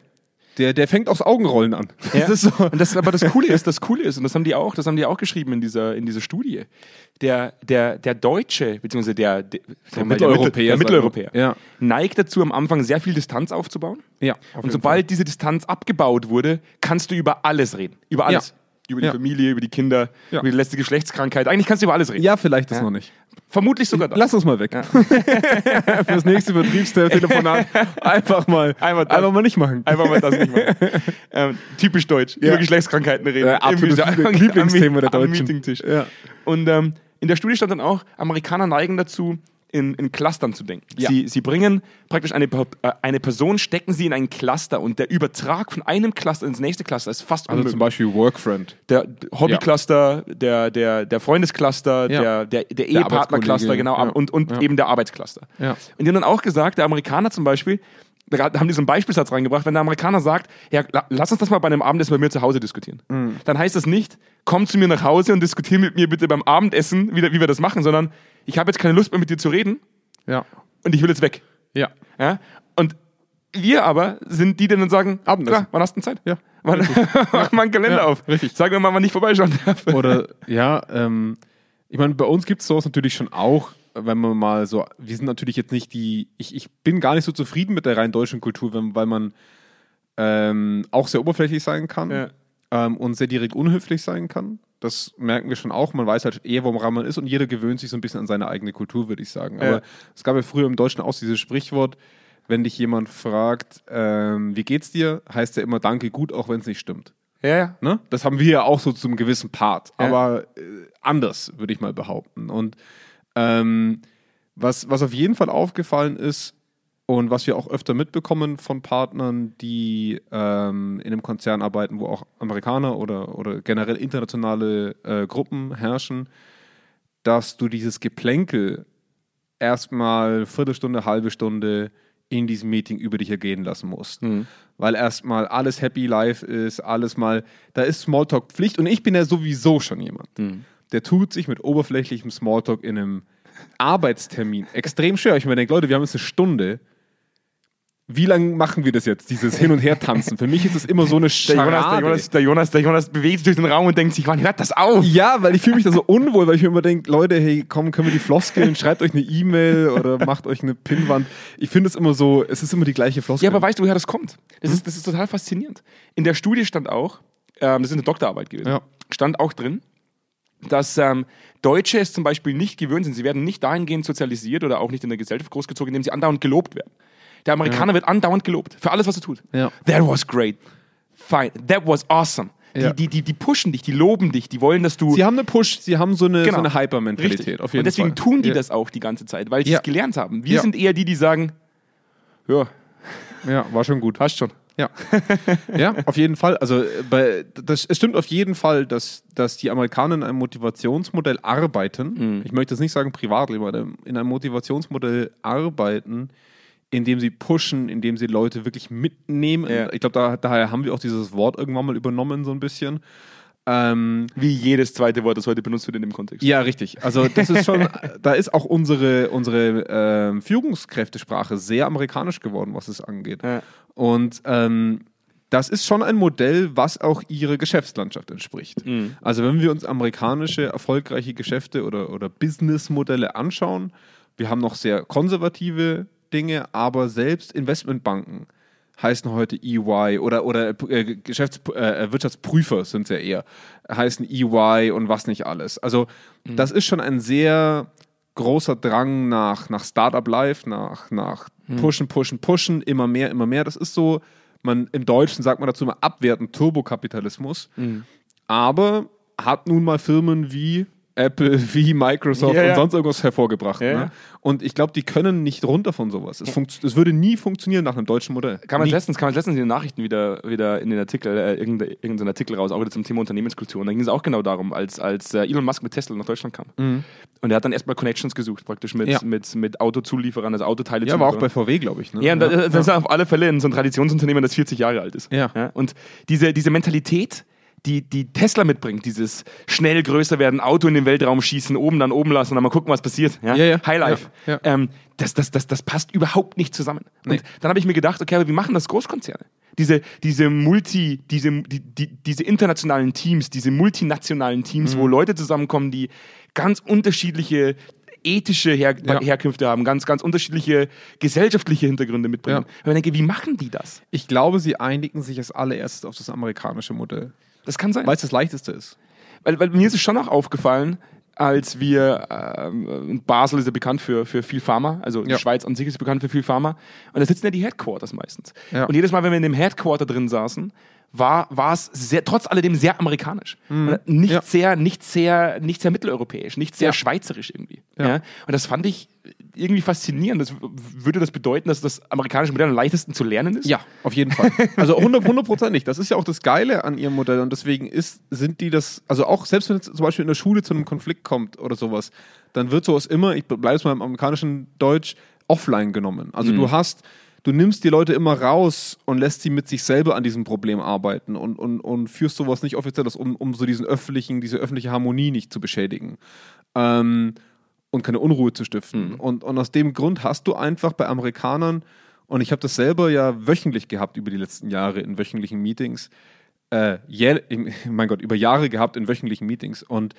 Speaker 2: Der, der fängt aufs Augenrollen an. [laughs]
Speaker 1: Ja. und das, aber das Coole ist, das Coole ist, und das haben die auch, das haben die auch geschrieben in dieser, in dieser Studie. Der, der, der Deutsche, beziehungsweise der, der, der
Speaker 2: Mitteleuropäer,
Speaker 1: der Mitteleuropäer
Speaker 2: sagen wir. Ja.
Speaker 1: neigt dazu, am Anfang sehr viel Distanz aufzubauen.
Speaker 2: Ja, auf
Speaker 1: und
Speaker 2: jeden
Speaker 1: sobald diese Distanz abgebaut wurde, kannst du über alles reden. Über alles. Über die
Speaker 2: Ja.
Speaker 1: Familie, über die Kinder,
Speaker 2: Ja.
Speaker 1: über die letzte Geschlechtskrankheit. Eigentlich kannst du über alles reden.
Speaker 2: Ja, vielleicht das noch nicht.
Speaker 1: Vermutlich sogar das.
Speaker 2: Lass uns mal weg. [laughs] Fürs nächste Vertriebstelefonat einfach mal,
Speaker 1: Einfach das.
Speaker 2: einfach mal nicht machen.
Speaker 1: Einfach mal das nicht machen.
Speaker 2: [laughs]
Speaker 1: ähm, typisch deutsch. Über Geschlechtskrankheiten reden.
Speaker 2: Äh,
Speaker 1: Im
Speaker 2: absolutes
Speaker 1: Gesa-
Speaker 2: Liebl- Lieblingsthema der
Speaker 1: am, am
Speaker 2: Deutschen.
Speaker 1: Meetingtisch.
Speaker 2: Ja.
Speaker 1: Und ähm, in der Studie stand dann auch, Amerikaner neigen dazu, in, in Clustern zu denken.
Speaker 2: Ja.
Speaker 1: Sie, sie bringen praktisch eine, Per- äh, eine Person, stecken sie in einen Cluster und der Übertrag von einem Cluster ins nächste Cluster ist fast
Speaker 2: also
Speaker 1: unmöglich.
Speaker 2: zum Beispiel Workfriend.
Speaker 1: der Hobbycluster, der, der, der Freundescluster, der,
Speaker 2: Ja.
Speaker 1: der, der Ehepartnercluster,
Speaker 2: Arbeitskollegin,
Speaker 1: genau,
Speaker 2: ja.
Speaker 1: und, und
Speaker 2: Ja.
Speaker 1: eben der Arbeitscluster.
Speaker 2: Ja.
Speaker 1: Und die haben dann auch gesagt, der Amerikaner zum Beispiel, da haben die so einen Beispielsatz reingebracht, wenn der Amerikaner sagt, ja, la- lass uns das mal bei einem Abendessen bei mir zu Hause diskutieren.
Speaker 2: Mhm.
Speaker 1: Dann heißt das nicht, komm zu mir nach Hause und diskutier mit mir bitte beim Abendessen, wie, wie wir das machen, sondern ich habe jetzt keine Lust mehr mit dir zu reden
Speaker 2: Ja.
Speaker 1: und ich will jetzt weg.
Speaker 2: Ja.
Speaker 1: Ja? Und wir aber sind die, die dann sagen,
Speaker 2: Abendessen.
Speaker 1: "Klar, wann hast du denn Zeit?
Speaker 2: Ja.
Speaker 1: Wann, [laughs] mach mal einen Kalender
Speaker 2: Ja,
Speaker 1: auf.
Speaker 2: richtig.
Speaker 1: Sag mir mal, wann ich vorbeischauen darf. [laughs]
Speaker 2: Oder ja, ähm, ich meine, bei uns gibt es sowas natürlich schon auch, wenn man mal so, wir sind natürlich jetzt nicht die, ich, ich bin gar nicht so zufrieden mit der rein deutschen Kultur, wenn, weil man ähm, auch sehr oberflächlich sein kann.
Speaker 1: Ja.
Speaker 2: ähm, und sehr direkt unhöflich sein kann. Das merken wir schon auch. Man weiß halt eher, woran man ist und jeder gewöhnt sich so ein bisschen an seine eigene Kultur, würde ich sagen. Aber
Speaker 1: Ja.
Speaker 2: es gab ja früher im Deutschen auch dieses Sprichwort, wenn dich jemand fragt, ähm, wie geht's dir, heißt ja immer Danke gut, auch wenn es nicht stimmt.
Speaker 1: Ja, ja.
Speaker 2: Ne? Das haben wir ja auch so zum gewissen Part,
Speaker 1: Ja.
Speaker 2: aber äh, anders, würde ich mal behaupten. Und ähm, was, was auf jeden Fall aufgefallen ist und was wir auch öfter mitbekommen von Partnern, die ähm, in einem Konzern arbeiten, wo auch Amerikaner oder, oder generell internationale äh, Gruppen herrschen, dass du dieses Geplänkel erstmal Viertelstunde, halbe Stunde in diesem Meeting über dich ergehen lassen musst.
Speaker 1: Mhm.
Speaker 2: Weil erstmal alles happy life ist, alles mal, da ist Smalltalk Pflicht und ich bin ja sowieso schon jemand.
Speaker 1: Mhm.
Speaker 2: Der tut sich mit oberflächlichem Smalltalk in einem Arbeitstermin extrem schwer. Ich mir denke, Leute, wir haben jetzt eine Stunde. Wie lange machen wir das jetzt, dieses Hin- und Her-Tanzen? Für mich ist es immer so eine
Speaker 1: Der
Speaker 2: Charade.
Speaker 1: Jonas, der, Jonas, der, Jonas, der Jonas bewegt sich durch den Raum und denkt sich, wann hört das auf?
Speaker 2: Ja, weil ich fühle mich da so unwohl, weil ich mir immer denke, Leute, hey, komm, können wir die Floskeln, schreibt euch eine E-Mail oder macht euch eine Pinnwand. Ich finde es immer so, es ist immer die gleiche Floskel.
Speaker 1: Ja, aber weißt du, woher das kommt? Das, ist, das ist total faszinierend. In der Studie stand auch, ähm, das ist eine Doktorarbeit gewesen,
Speaker 2: Ja.
Speaker 1: stand auch drin, dass ähm, Deutsche es zum Beispiel nicht gewöhnt sind. Sie werden nicht dahingehend sozialisiert oder auch nicht in der Gesellschaft großgezogen, indem sie andauernd gelobt werden. Der Amerikaner wird andauernd gelobt für alles, was er tut.
Speaker 2: Ja.
Speaker 1: That was great. Fine. That was awesome.
Speaker 2: Ja.
Speaker 1: Die, die, die, die pushen dich, die loben dich, die wollen, dass du.
Speaker 2: sie haben eine Push, sie haben so eine,
Speaker 1: Genau.
Speaker 2: so eine Hyper-Mentalität,
Speaker 1: Richtig.
Speaker 2: auf jeden
Speaker 1: Und deswegen
Speaker 2: Fall.
Speaker 1: tun die
Speaker 2: ja.
Speaker 1: das auch die ganze Zeit, weil die
Speaker 2: Ja.
Speaker 1: es gelernt haben. Wir
Speaker 2: Ja.
Speaker 1: sind eher die, die sagen, ja,
Speaker 2: Ja, war schon gut.
Speaker 1: passt schon.
Speaker 2: Ja. [laughs] ja, auf jeden Fall. Also äh, bei, das, es stimmt auf jeden Fall, dass, dass die Amerikaner in einem Motivationsmodell arbeiten. Ich möchte jetzt nicht sagen Privatleben, aber in einem Motivationsmodell arbeiten, indem sie pushen, indem sie Leute wirklich mitnehmen.
Speaker 1: Ja.
Speaker 2: Ich glaube, da, daher haben wir auch dieses Wort irgendwann mal übernommen, so ein bisschen. Ähm,
Speaker 1: Wie jedes zweite Wort, das heute benutzt wird in dem Kontext.
Speaker 2: ja, richtig. Also das ist schon, [laughs] da ist auch unsere, unsere ähm, Führungskräftesprache sehr amerikanisch geworden, was es angeht.
Speaker 1: Ja.
Speaker 2: Und ähm, das ist schon ein Modell, was auch ihre Geschäftslandschaft entspricht. Also wenn wir uns amerikanische erfolgreiche Geschäfte oder, oder Businessmodelle anschauen, wir haben noch sehr konservative Dinge, aber selbst Investmentbanken heißen heute EY oder, oder äh, Geschäfts äh, Wirtschaftsprüfer sind es ja eher, heißen EY und was nicht alles. Also das ist schon ein sehr großer Drang nach, nach Startup-Life, nach, nach Pushen, Pushen, Pushen, immer mehr, immer mehr. Das ist so, man im Deutschen sagt man dazu immer abwertend Turbokapitalismus.
Speaker 1: Mhm.
Speaker 2: Aber hat nun mal Firmen wie Apple, [laughs] wie Microsoft
Speaker 1: Ja,
Speaker 2: und
Speaker 1: ja.
Speaker 2: sonst irgendwas hervorgebracht.
Speaker 1: Ja, ja.
Speaker 2: Ne? Und ich glaube, die können nicht runter von sowas. Es, funkt, es würde nie funktionieren nach einem deutschen Modell.
Speaker 1: Kam man
Speaker 2: nie.
Speaker 1: letztens, kam man letztens in den Nachrichten wieder, wieder in den Artikel, äh, irgendein, irgendein Artikel raus, auch wieder zum Thema Unternehmenskultur. Und da ging es auch genau darum, als, als äh, Elon Musk mit Tesla nach Deutschland kam. Und er hat dann erstmal Connections gesucht, praktisch mit,
Speaker 2: Mhm. Ja.
Speaker 1: mit, mit Autozulieferern, also Autoteile
Speaker 2: Ja, war auch bei VW, glaube ich. Ne?
Speaker 1: Ja, und das, das ist auf alle Fälle in so ein Traditionsunternehmen, das 40 Jahre alt ist.
Speaker 2: Ja.
Speaker 1: und diese, diese Mentalität, die, die Tesla mitbringt, dieses schnell größer werden, Auto in den Weltraum schießen, oben dann oben lassen und dann mal gucken, was passiert.
Speaker 2: Ja, ja.
Speaker 1: Highlife.
Speaker 2: Ja, ja.
Speaker 1: Ähm, das, das, das, das passt überhaupt nicht zusammen.
Speaker 2: Nee.
Speaker 1: Und dann habe ich mir gedacht, okay, aber wie machen das Großkonzerne? Diese, diese Multi, diese, die, die, diese internationalen Teams, diese multinationalen Teams,
Speaker 2: Mhm.
Speaker 1: wo Leute zusammenkommen, die ganz unterschiedliche ethische Her
Speaker 2: Ja.
Speaker 1: Herkünfte haben, ganz, ganz unterschiedliche gesellschaftliche Hintergründe mitbringen.
Speaker 2: Ja.
Speaker 1: Und ich denke, wie machen die das?
Speaker 2: Ich glaube, sie einigen sich als allererstes auf das amerikanische Modell,
Speaker 1: Das kann sein.
Speaker 2: weil es das leichteste ist.
Speaker 1: Weil, weil mir ist es schon auch aufgefallen, als wir, ähm, Basel ist ja bekannt für, für viel Pharma, also
Speaker 2: Ja.
Speaker 1: die Schweiz an sich ist bekannt für viel Pharma. Und da sitzen ja die Headquarters meistens.
Speaker 2: Ja.
Speaker 1: Und jedes Mal, wenn wir in dem Headquarter drin saßen, war war es sehr, trotz alledem sehr amerikanisch. Und Nicht,
Speaker 2: Mhm. Ja.
Speaker 1: sehr, nicht, sehr, nicht sehr mitteleuropäisch, nicht sehr
Speaker 2: Ja.
Speaker 1: schweizerisch irgendwie.
Speaker 2: Ja.
Speaker 1: Ja. Und das fand ich irgendwie faszinierend. Das w- würde das bedeuten, dass das amerikanische Modell am leichtesten zu lernen ist?
Speaker 2: Ja, auf jeden Fall. Also hundert- hundertprozentig. Das ist ja auch das Geile an ihrem Modell und deswegen ist, sind die das, also auch selbst wenn es zum Beispiel in der Schule zu einem Konflikt kommt oder sowas, dann wird sowas immer, ich bleibe jetzt mal im amerikanischen Deutsch, offline genommen. Also du hast, du nimmst die Leute immer raus und lässt sie mit sich selber an diesem Problem arbeiten und, und, und führst sowas nicht offiziell aus, um, um so diesen öffentlichen, diese öffentliche Harmonie nicht zu beschädigen. Ähm, und keine Unruhe zu stiften.
Speaker 1: Mhm.
Speaker 2: Und, und aus dem Grund hast du einfach bei Amerikanern, und ich habe das selber ja wöchentlich gehabt über die letzten Jahre in wöchentlichen Meetings, äh, jä- im- [laughs] mein Gott, über Jahre gehabt in wöchentlichen Meetings und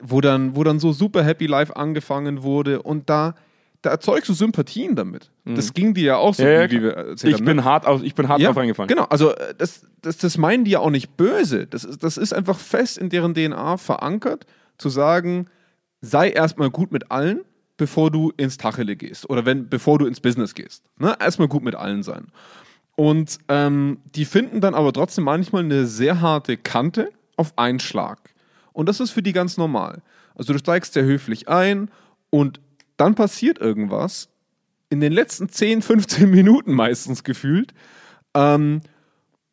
Speaker 2: wo dann, wo dann so super Happy Life angefangen wurde und da, da erzeugst du Sympathien damit. Das ging dir ja auch so,
Speaker 1: Mhm. Ja, ja,
Speaker 2: wie wir
Speaker 1: klar.
Speaker 2: erzählt
Speaker 1: ich
Speaker 2: haben. ne?
Speaker 1: bin hart auf, ich bin hart
Speaker 2: ja,
Speaker 1: drauf reingefallen.
Speaker 2: Genau, also äh, das, das, das meinen die ja auch nicht böse. Das ist, das ist einfach fest in deren DNA verankert, zu sagen, sei erstmal gut mit allen, bevor du ins Tachele gehst oder wenn, bevor du ins Business gehst. Ne? Erstmal gut mit allen sein. Und ähm, die finden dann aber trotzdem manchmal eine sehr harte Kante auf einen Schlag. Und das ist für die ganz normal. Also du steigst sehr höflich ein und dann passiert irgendwas. In den letzten 10, 15 Minuten meistens gefühlt, ähm,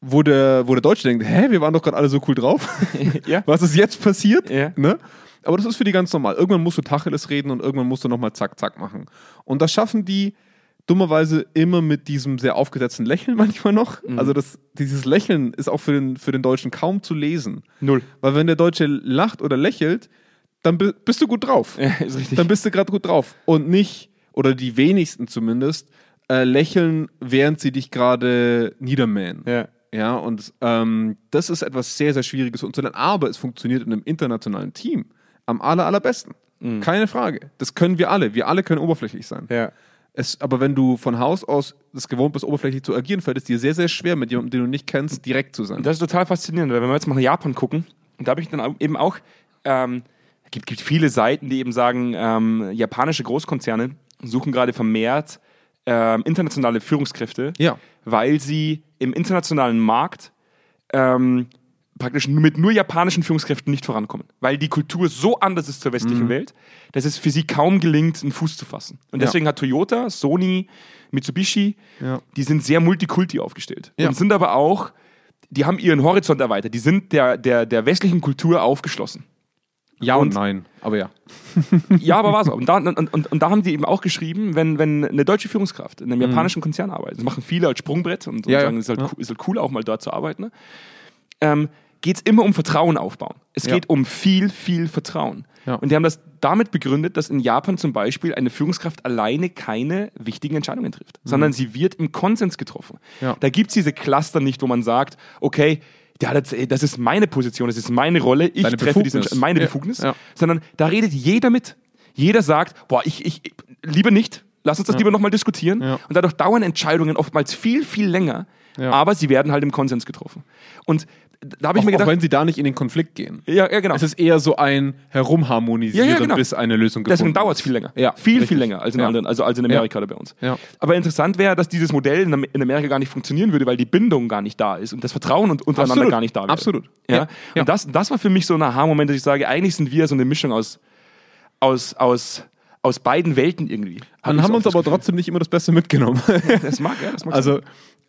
Speaker 2: wo, der, wo der Deutsche denkt, hä, wir waren doch gerade alle so cool drauf.
Speaker 1: [laughs] Ja.
Speaker 2: Was ist jetzt passiert?
Speaker 1: Ja.
Speaker 2: Ne? Aber das ist für die ganz normal. Irgendwann musst du Tacheles reden und irgendwann musst du nochmal zack, zack machen. Und das schaffen die dummerweise immer mit diesem sehr aufgesetzten Lächeln [laughs] manchmal noch. Also das, dieses Lächeln ist auch für den, für den Deutschen kaum zu lesen.
Speaker 1: Null. [laughs]
Speaker 2: Weil wenn der Deutsche lacht oder lächelt, dann bi- bist du gut drauf.
Speaker 1: Ja, ist richtig.
Speaker 2: Dann bist du gerade gut drauf. Und nicht, oder die wenigsten zumindest, äh, lächeln, während sie dich gerade niedermähen.
Speaker 1: Ja.
Speaker 2: Ja, und ähm, das ist etwas sehr, sehr Schwieriges und zu lernen. Aber es funktioniert in einem internationalen Team am aller, allerbesten. Keine Frage. Das können wir alle. Wir alle können oberflächlich sein.
Speaker 1: Mhm. Ja.
Speaker 2: Es, aber wenn du von Haus aus es gewohnt bist, oberflächlich zu agieren, fällt es dir sehr, sehr schwer, mit jemandem, den du nicht kennst, direkt zu sein.
Speaker 1: Das ist total faszinierend, weil wenn wir jetzt mal nach Japan gucken, und da habe ich dann au- eben auch, ähm, gibt, gibt viele Seiten, die eben sagen, ähm, japanische Großkonzerne suchen gerade vermehrt ähm, internationale Führungskräfte,
Speaker 2: Ja.
Speaker 1: weil sie im internationalen Markt ähm, praktisch nur- mit nur japanischen Führungskräften nicht vorankommen, weil die Kultur so anders ist zur westlichen Welt, dass es für sie kaum gelingt, einen Fuß zu fassen. Und
Speaker 2: Mhm. Ja.
Speaker 1: deswegen hat Toyota, Sony, Mitsubishi,
Speaker 2: Ja.
Speaker 1: die sind sehr multikulti aufgestellt
Speaker 2: Ja.
Speaker 1: und sind aber auch, die haben ihren Horizont erweitert, die sind der, der, der westlichen Kultur aufgeschlossen.
Speaker 2: Ja
Speaker 1: und-
Speaker 2: nein. Aber ja.
Speaker 1: Ja, aber war so. Und da, und, und, und da haben die eben auch geschrieben, wenn, wenn eine deutsche Führungskraft in einem japanischen Konzern arbeitet, das machen viele als Sprungbrett und, und
Speaker 2: Mhm. Ja, ja.
Speaker 1: sagen, es ist, halt
Speaker 2: Ja.
Speaker 1: cool, ist halt cool, auch mal dort zu arbeiten, ne? ähm, geht es immer um Vertrauen aufbauen. Es
Speaker 2: Ja.
Speaker 1: geht um viel, viel Vertrauen.
Speaker 2: Ja.
Speaker 1: Und die haben das damit begründet, dass in Japan zum Beispiel eine Führungskraft alleine keine wichtigen Entscheidungen trifft, sondern sie wird im Konsens getroffen.
Speaker 2: Mhm. Ja.
Speaker 1: Da gibt es diese Cluster nicht, wo man sagt, okay, der hat jetzt, das ist meine Position, das ist meine Rolle, ich
Speaker 2: Deine
Speaker 1: treffe diese
Speaker 2: Befugnis.
Speaker 1: Entscheidung, meine
Speaker 2: Ja,
Speaker 1: Befugnis,
Speaker 2: ja.
Speaker 1: sondern da redet jeder mit. Jeder sagt, boah, ich, ich, ich lieber nicht, lass uns das lieber nochmal diskutieren.
Speaker 2: Ja.
Speaker 1: Und dadurch dauern Entscheidungen oftmals viel, viel länger,
Speaker 2: Ja.
Speaker 1: aber sie werden halt im Konsens getroffen. Und da habe ich
Speaker 2: Auch,
Speaker 1: mir
Speaker 2: auch
Speaker 1: gedacht,
Speaker 2: wenn sie da nicht in den Konflikt gehen.
Speaker 1: ja, ja, genau.
Speaker 2: Es ist eher so ein Herumharmonisieren,
Speaker 1: Ja, ja, genau.
Speaker 2: bis eine Lösung gefunden
Speaker 1: Deswegen dauert es
Speaker 2: ist.
Speaker 1: viel länger.
Speaker 2: Ja,
Speaker 1: viel,
Speaker 2: richtig.
Speaker 1: viel länger als in,
Speaker 2: Ja.
Speaker 1: anderen, also als in Amerika oder bei uns.
Speaker 2: Ja.
Speaker 1: Aber interessant wäre, dass dieses Modell in Am- in Amerika gar nicht funktionieren würde, weil die Bindung gar nicht da ist und das Vertrauen und untereinander
Speaker 2: Absolut.
Speaker 1: gar nicht da wäre.
Speaker 2: Absolut.
Speaker 1: Ja?
Speaker 2: Ja. Ja.
Speaker 1: Und das, das war für mich so ein Aha-Moment, dass ich sage, eigentlich sind wir so eine Mischung aus, aus, aus, aus beiden Welten irgendwie.
Speaker 2: Dann haben wir uns aber trotzdem nicht immer das
Speaker 1: [laughs]
Speaker 2: Beste mitgenommen.
Speaker 1: trotzdem. Das mag, ja, das mag
Speaker 2: also,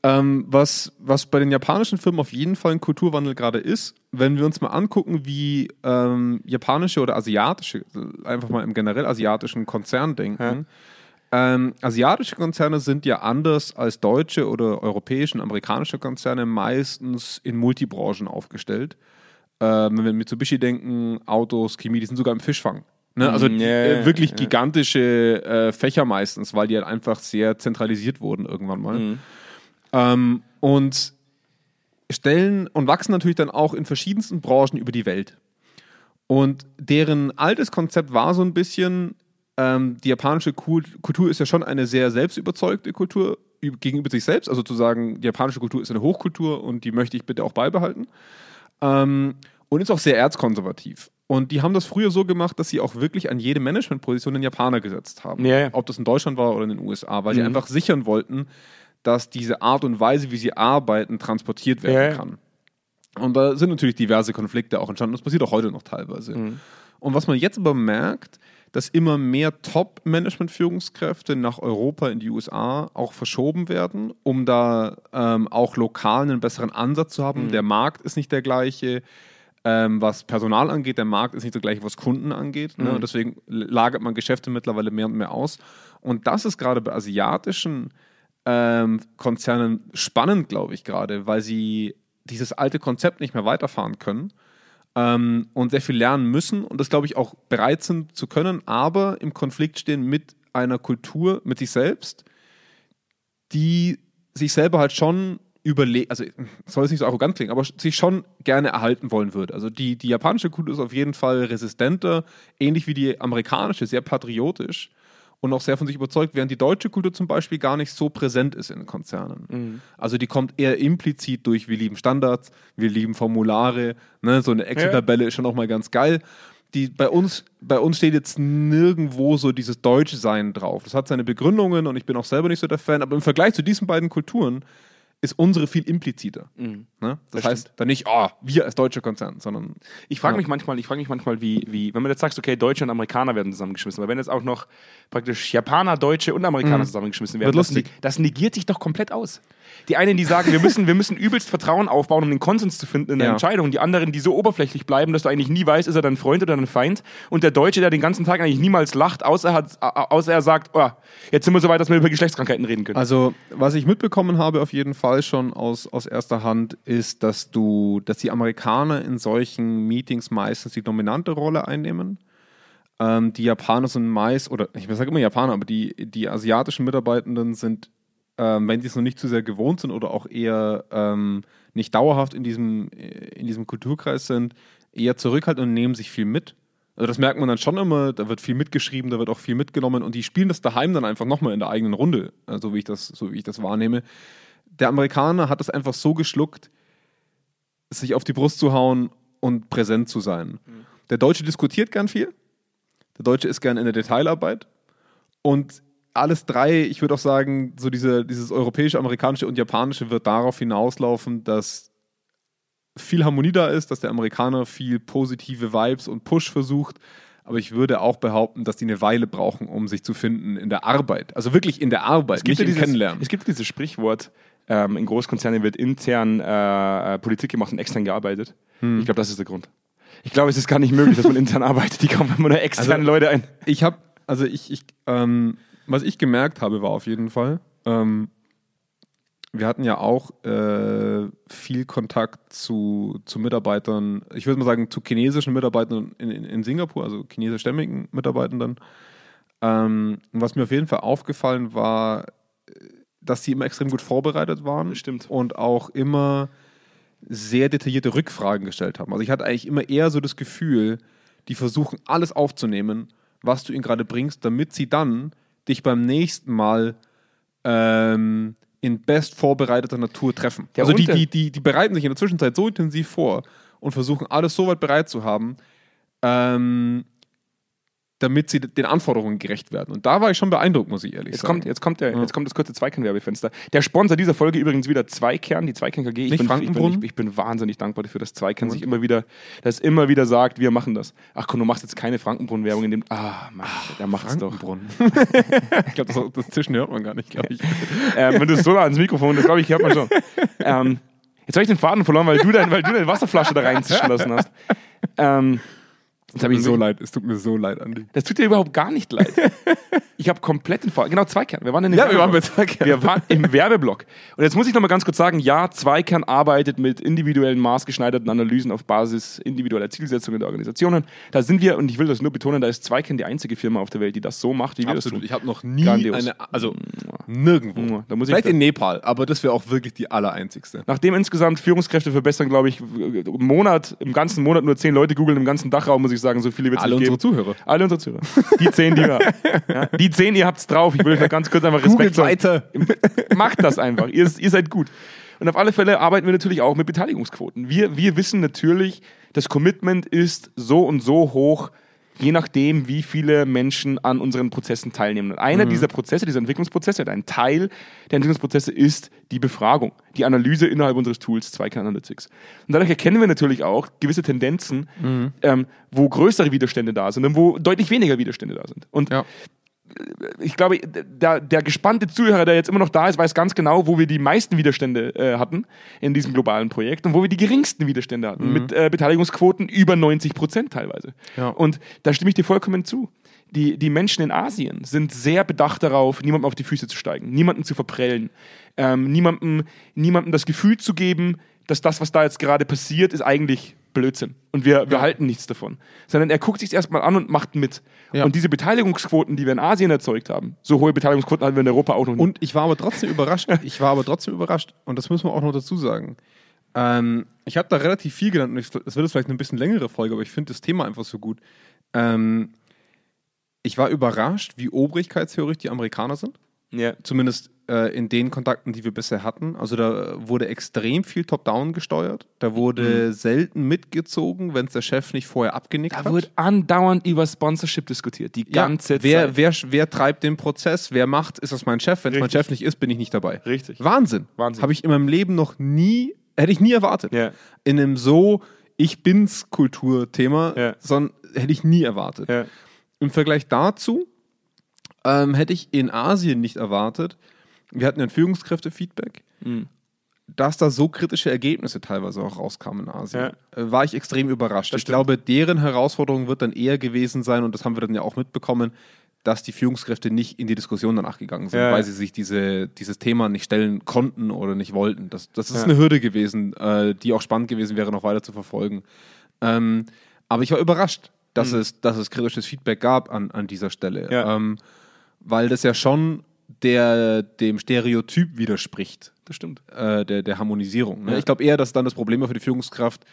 Speaker 2: ähm, was, was bei den japanischen Firmen auf jeden Fall ein Kulturwandel gerade ist, wenn wir uns mal angucken, wie ähm, japanische oder asiatische, äh, einfach mal im generell asiatischen Konzern denken. Ähm, asiatische Konzerne sind ja anders als deutsche oder europäische und amerikanische Konzerne meistens in Multibranchen aufgestellt. ähm, wenn wir an Mitsubishi denken, Autos, Chemie, die sind sogar im Fischfang. Ne? Also
Speaker 1: Mm,
Speaker 2: die,
Speaker 1: ja,
Speaker 2: äh,
Speaker 1: ja,
Speaker 2: wirklich gigantische äh, Fächer meistens, weil die halt einfach sehr zentralisiert wurden irgendwann mal.
Speaker 1: Mm.
Speaker 2: Ähm, und stellen und wachsen natürlich dann auch in verschiedensten Branchen über die Welt. Und deren altes Konzept war so ein bisschen, ähm, die japanische Kul- Kultur ist ja schon eine sehr selbstüberzeugte Kultur üb- gegenüber sich selbst. Also zu sagen, die japanische Kultur ist eine Hochkultur und die möchte ich bitte auch beibehalten. Ähm, und ist auch sehr erzkonservativ. Und die haben das früher so gemacht, dass sie auch wirklich an jede Managementposition einen Japaner gesetzt haben.
Speaker 1: Ja, Mhm. ja.
Speaker 2: Ob das in Deutschland war oder in den USA, weil sie einfach sichern wollten, dass diese Art und Weise, wie sie arbeiten, transportiert werden
Speaker 1: Ja.
Speaker 2: kann. Und da sind natürlich diverse Konflikte auch entstanden. Das passiert auch heute noch teilweise. Und was man jetzt aber merkt, dass immer mehr Top-Management-Führungskräfte nach Europa in die USA auch verschoben werden, um da ähm, auch lokal einen besseren Ansatz zu haben. Der Markt ist nicht der gleiche. Ähm, was Personal angeht, der Markt ist nicht der gleiche, was Kunden angeht. Ne? Und deswegen lagert man Geschäfte mittlerweile mehr und mehr aus. Und das ist gerade bei asiatischen ähm, Konzernen spannend, glaube ich, gerade, weil sie dieses alte Konzept nicht mehr weiterfahren können ähm, und sehr viel lernen müssen und das, glaube ich, auch bereit sind zu können, aber im Konflikt stehen mit einer Kultur, mit sich selbst, die sich selber halt schon überlegt, also soll es nicht so arrogant klingen, aber sich schon gerne erhalten wollen würde. Also die, die japanische Kultur ist auf jeden Fall resistenter, ähnlich wie die amerikanische, sehr patriotisch. und auch sehr von sich überzeugt, während die deutsche Kultur zum Beispiel gar nicht so präsent ist in Konzernen. Also die kommt eher implizit durch, wir lieben Standards, wir lieben Formulare, ne? so eine Excel-Tabelle ist schon auch mal ganz geil. Die, bei, uns, bei uns steht jetzt nirgendwo so dieses deutsche Sein drauf. Das hat seine Begründungen und ich bin auch selber nicht so der Fan, aber im Vergleich zu diesen beiden Kulturen ist unsere viel impliziter. Ne? Das,
Speaker 1: Das
Speaker 2: heißt dann nicht, ah, wir als deutscher Konzern, sondern
Speaker 1: Ich frage
Speaker 2: Ja.
Speaker 1: mich manchmal, ich frage mich manchmal, wie, wie, wenn man jetzt sagt, okay, Deutsche und Amerikaner werden zusammengeschmissen, aber wenn jetzt auch noch praktisch Japaner, Deutsche und Amerikaner zusammengeschmissen werden,
Speaker 2: Mhm. Wird
Speaker 1: das,
Speaker 2: lustig.
Speaker 1: ni- das negiert sich doch komplett aus. Die einen, die sagen, wir müssen, wir müssen übelst Vertrauen aufbauen, um den Konsens zu finden in der
Speaker 2: Ja.
Speaker 1: Entscheidung. Die anderen, die so oberflächlich bleiben, dass du eigentlich nie weißt, ist er dein Freund oder dein Feind. Und der Deutsche, der den ganzen Tag eigentlich niemals lacht, außer, er hat, au- außer er sagt, oh, jetzt sind wir so weit, dass wir über Geschlechtskrankheiten reden können.
Speaker 2: Also, was ich mitbekommen habe auf jeden Fall schon aus, aus erster Hand, ist, dass du, dass die Amerikaner in solchen Meetings meistens die dominante Rolle einnehmen. Ähm, die Japaner sind meist, oder ich sage immer Japaner, aber die, die asiatischen Mitarbeitenden sind, ähm, wenn sie es noch nicht zu sehr gewohnt sind oder auch eher ähm, nicht dauerhaft in diesem, äh, in diesem Kulturkreis sind, eher zurückhaltend und nehmen sich viel mit. Also das merkt man dann schon immer, da wird viel mitgeschrieben, da wird auch viel mitgenommen und die spielen das daheim dann einfach nochmal in der eigenen Runde, äh, so wie ich das, so wie ich das wahrnehme. Der Amerikaner hat das einfach so geschluckt, sich auf die Brust zu hauen und präsent zu sein.
Speaker 1: Mhm.
Speaker 2: Der Deutsche diskutiert gern viel, der Deutsche ist gern in der Detailarbeit. Und alles drei, ich würde auch sagen, so diese, dieses europäische, amerikanische und japanische wird darauf hinauslaufen, dass viel Harmonie da ist, dass der Amerikaner viel positive Vibes und Push versucht. Aber ich würde auch behaupten, dass die eine Weile brauchen, um sich zu finden in der Arbeit. Also wirklich in der Arbeit,
Speaker 1: Es gibt,
Speaker 2: nicht
Speaker 1: ja
Speaker 2: im
Speaker 1: dieses,
Speaker 2: Kennenlernen.
Speaker 1: es gibt dieses Sprichwort, ähm, in Großkonzernen wird intern äh, äh, Politik gemacht und extern gearbeitet. Ich glaube, das ist der Grund. Ich glaube, es ist gar nicht möglich, dass man intern [laughs] arbeitet. Die kommen immer nur externe
Speaker 2: Also-
Speaker 1: Leute ein.
Speaker 2: ich habe, also ich, ich ähm, was ich gemerkt habe, war auf jeden Fall, ähm, wir hatten ja auch äh, viel Kontakt zu, zu Mitarbeitern, ich würde mal sagen, zu chinesischen Mitarbeitern in, in, in Singapur, also chinesischstämmigen Mitarbeitenden. Ähm, und was mir auf jeden Fall aufgefallen war, äh, dass die immer extrem gut vorbereitet waren.
Speaker 1: Stimmt.
Speaker 2: Und auch immer sehr detaillierte Rückfragen gestellt haben. Also ich hatte eigentlich immer eher so das Gefühl, die versuchen alles aufzunehmen, was du ihnen gerade bringst, damit sie dann dich beim nächsten Mal ähm, in best vorbereiteter Natur treffen.
Speaker 1: Der
Speaker 2: also die,
Speaker 1: Unter-
Speaker 2: die, die, die bereiten sich in der Zwischenzeit so intensiv vor und versuchen alles so weit bereit zu haben, ähm, damit sie den Anforderungen gerecht werden. Und da war ich schon beeindruckt, muss ich ehrlich
Speaker 1: Jetzt
Speaker 2: sagen.
Speaker 1: kommt, jetzt, kommt der, jetzt kommt das kurze Zweikern-Werbefenster. Der Sponsor dieser Folge übrigens wieder Zweikern, die Zweikern KG. Ich bin,
Speaker 2: Nicht
Speaker 1: ich, bin,
Speaker 2: Frankenbrunnen?
Speaker 1: ich, ich bin wahnsinnig dankbar dafür, dass Zweikern sich immer wieder, dass immer wieder sagt, wir machen das. Ach komm, du machst jetzt keine Frankenbrunnen-Werbung in dem. Ah, Mann, der macht es doch.
Speaker 2: Frankenbrunnen. ich glaube, das, das Zischen hört man gar nicht, glaube ich.
Speaker 1: Ähm, wenn du es so nah ans Mikrofon, das glaube ich, hört man schon. Ähm, jetzt habe ich den Faden verloren, weil du, dein, weil du deine Wasserflasche da reinzischen lassen hast. Ähm, jetzt hab
Speaker 2: Tut mir
Speaker 1: ich
Speaker 2: so
Speaker 1: so
Speaker 2: leid, es tut mir so leid, Andi.
Speaker 1: das tut dir überhaupt gar nicht leid. Ich habe komplett den Faden. Genau, Zweikern. Wir waren in dem
Speaker 2: Ja, wir waren bei
Speaker 1: Werbeblock.
Speaker 2: Zweikern.
Speaker 1: Wir waren im Werbeblock. Und jetzt muss ich nochmal ganz kurz sagen, ja, Zweikern arbeitet mit individuellen, maßgeschneiderten Analysen auf Basis individueller Zielsetzungen der Organisationen. Da sind wir, und ich will das nur betonen, da ist Zweikern die einzige Firma auf der Welt, die das so macht, wie wir das tun.
Speaker 2: Ich habe noch nie
Speaker 1: Grandios.
Speaker 2: eine, also nirgendwo.
Speaker 1: Da muss ich
Speaker 2: Vielleicht
Speaker 1: da-
Speaker 2: in Nepal, aber das wäre auch wirklich die allereinzigste.
Speaker 1: Nachdem insgesamt Führungskräfte verbessern, glaube ich, im Monat, im ganzen Monat nur zehn Leute googeln, im ganzen Dachraum muss ich sagen, so viele wird es
Speaker 2: Alle
Speaker 1: nicht
Speaker 2: unsere
Speaker 1: geben.
Speaker 2: Zuhörer.
Speaker 1: Alle unsere Zuhörer. Die zehn, die wir
Speaker 2: [laughs]
Speaker 1: haben. Ja? Die zehn, ihr habt's drauf. Ich will euch noch ganz kurz einfach Respekt
Speaker 2: Googelt
Speaker 1: sagen.
Speaker 2: weiter.
Speaker 1: [laughs] Macht das einfach. Ihr, ihr seid gut. Und auf alle Fälle arbeiten wir natürlich auch mit Beteiligungsquoten. Wir, wir wissen natürlich, das Commitment ist so und so hoch, je nachdem, wie viele Menschen an unseren Prozessen teilnehmen. Und
Speaker 2: Mhm.
Speaker 1: einer dieser Prozesse, dieser Entwicklungsprozesse, oder ein Teil der Entwicklungsprozesse ist die Befragung, die Analyse innerhalb unseres Tools Zweikern Analytics. Und dadurch erkennen wir natürlich auch gewisse Tendenzen,
Speaker 2: Mhm.
Speaker 1: ähm, wo größere Widerstände da sind und wo deutlich weniger Widerstände da sind. Und
Speaker 2: Ja.
Speaker 1: ich glaube, der, der gespannte Zuhörer, der jetzt immer noch da ist, weiß ganz genau, wo wir die meisten Widerstände äh, hatten in diesem globalen Projekt und wo wir die geringsten Widerstände hatten, mit äh, Beteiligungsquoten über 90 Prozent teilweise.
Speaker 2: Ja.
Speaker 1: Und da stimme ich dir vollkommen zu. Die, die Menschen in Asien sind sehr bedacht darauf, niemandem auf die Füße zu steigen, niemanden zu verprellen, ähm, niemandem, niemandem das Gefühl zu geben, dass das, was da jetzt gerade passiert, ist eigentlich Blödsinn. Und wir, wir halten nichts davon. Sondern er guckt sich erstmal an und macht mit.
Speaker 2: Ja.
Speaker 1: Und diese Beteiligungsquoten, die wir in Asien erzeugt haben, so hohe Beteiligungsquoten hatten wir in Europa auch noch nie.
Speaker 2: Und ich war aber trotzdem überrascht. Ich war aber trotzdem überrascht. Und das müssen wir auch noch dazu sagen. Ähm, ich habe da relativ viel genannt. und ich- Es wird jetzt vielleicht eine bisschen längere Folge, aber ich finde das Thema einfach so gut. Ähm, ich war überrascht, wie obrigkeitshörig die Amerikaner sind.
Speaker 1: Ja.
Speaker 2: Zumindest äh, in den Kontakten, die wir bisher hatten. Also da wurde extrem viel top-down gesteuert. Da wurde selten mitgezogen, wenn es der Chef nicht vorher abgenickt
Speaker 1: Mhm. Da
Speaker 2: hat.
Speaker 1: wurde andauernd über Sponsorship diskutiert, die
Speaker 2: Ja,
Speaker 1: ganze
Speaker 2: wer,
Speaker 1: Zeit.
Speaker 2: wer, wer treibt den Prozess? Wer macht? Ist das mein Chef? Wenn es mein
Speaker 1: Richtig.
Speaker 2: Chef nicht ist, bin ich nicht dabei.
Speaker 1: Richtig.
Speaker 2: Wahnsinn.
Speaker 1: Wahnsinn.
Speaker 2: Habe ich in meinem Leben noch nie, hätte ich nie erwartet.
Speaker 1: Ja.
Speaker 2: In einem so ich bin's Kulturthema,
Speaker 1: Ja.
Speaker 2: sondern hätte ich nie erwartet.
Speaker 1: Ja.
Speaker 2: Im Vergleich dazu ähm, hätte ich in Asien nicht erwartet, wir hatten ein Führungskräftefeedback,
Speaker 1: Mhm.
Speaker 2: dass da so kritische Ergebnisse teilweise auch rauskamen in Asien. Äh, War ich extrem überrascht. ich glaube, deren Herausforderung wird dann eher gewesen sein, und das haben wir dann ja auch mitbekommen, dass die Führungskräfte nicht in die Diskussion danach gegangen sind,
Speaker 1: Ja,
Speaker 2: weil
Speaker 1: ja.
Speaker 2: sie sich diese, dieses Thema nicht stellen konnten oder nicht wollten. Das, das ist
Speaker 1: Ja.
Speaker 2: eine Hürde gewesen, äh, die auch spannend gewesen wäre, noch weiter zu verfolgen. Ähm, aber ich war überrascht, dass, es, dass es kritisches Feedback gab an, an dieser Stelle.
Speaker 1: Mhm. Ja.
Speaker 2: Ähm, weil das ja schon der, dem Stereotyp widerspricht,
Speaker 1: Das stimmt.
Speaker 2: äh, der, der Harmonisierung. Ne?
Speaker 1: Ja.
Speaker 2: Ich glaube eher, dass dann das Problem war für die Führungskraft,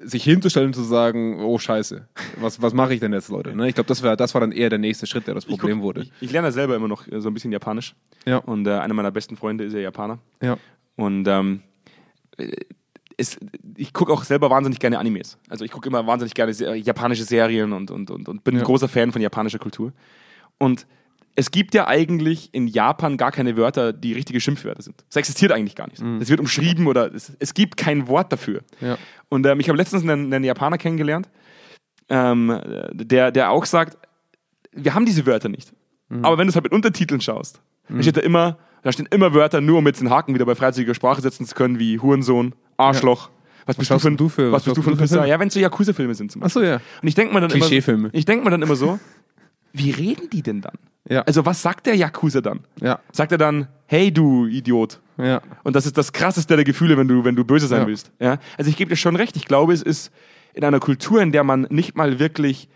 Speaker 2: sich hinzustellen und zu sagen, oh scheiße, was, was mache ich denn jetzt, Leute? Ne? Ich glaube, das, wär- das war dann eher der nächste Schritt, der das Problem
Speaker 1: guck,
Speaker 2: wurde.
Speaker 1: Ich, ich lerne selber immer noch äh, so ein bisschen Japanisch.
Speaker 2: Ja.
Speaker 1: Und äh, einer meiner besten Freunde ist ja Japaner.
Speaker 2: ja.
Speaker 1: Und ähm, äh, es, ich gucke auch selber wahnsinnig gerne Animes. Also ich gucke immer wahnsinnig gerne Se- japanische Serien und, und, und, und bin ein
Speaker 2: Ja.
Speaker 1: großer Fan von japanischer Kultur. Und es gibt ja eigentlich in Japan gar keine Wörter, die richtige Schimpfwörter sind. Das existiert eigentlich gar nicht. Es wird umschrieben oder es, es gibt kein Wort dafür.
Speaker 2: Mhm. Ja.
Speaker 1: Und ähm, ich habe letztens einen, einen Japaner kennengelernt, ähm, der, der auch sagt, wir haben diese Wörter nicht.
Speaker 2: Mhm.
Speaker 1: Aber wenn du es halt mit Untertiteln schaust, dann steht da immer, da stehen immer Wörter, nur um jetzt den Haken wieder bei freizügiger Sprache setzen zu können, wie Hurensohn, Arschloch. Was bist
Speaker 2: schaust
Speaker 1: du für, ein-
Speaker 2: du für-
Speaker 1: was bist du für ein
Speaker 2: Filme?
Speaker 1: Pisser? Ja, wenn es so Yakuza-Filme sind zum Beispiel.
Speaker 2: Achso, ja.
Speaker 1: Und ich denke mir dann
Speaker 2: Klischeefilme.
Speaker 1: immer, ich denke mir dann immer
Speaker 2: [laughs]
Speaker 1: so, wie reden die denn dann?
Speaker 2: Ja.
Speaker 1: Also was sagt der Yakuza dann?
Speaker 2: Ja.
Speaker 1: Sagt er dann, hey du Idiot?
Speaker 2: Ja.
Speaker 1: Und das ist das krasseste der Gefühle, wenn du, wenn du böse sein
Speaker 2: Ja.
Speaker 1: willst. Ja? Also ich gebe dir schon recht. Ich glaube, es ist in einer Kultur, in der man nicht mal wirklich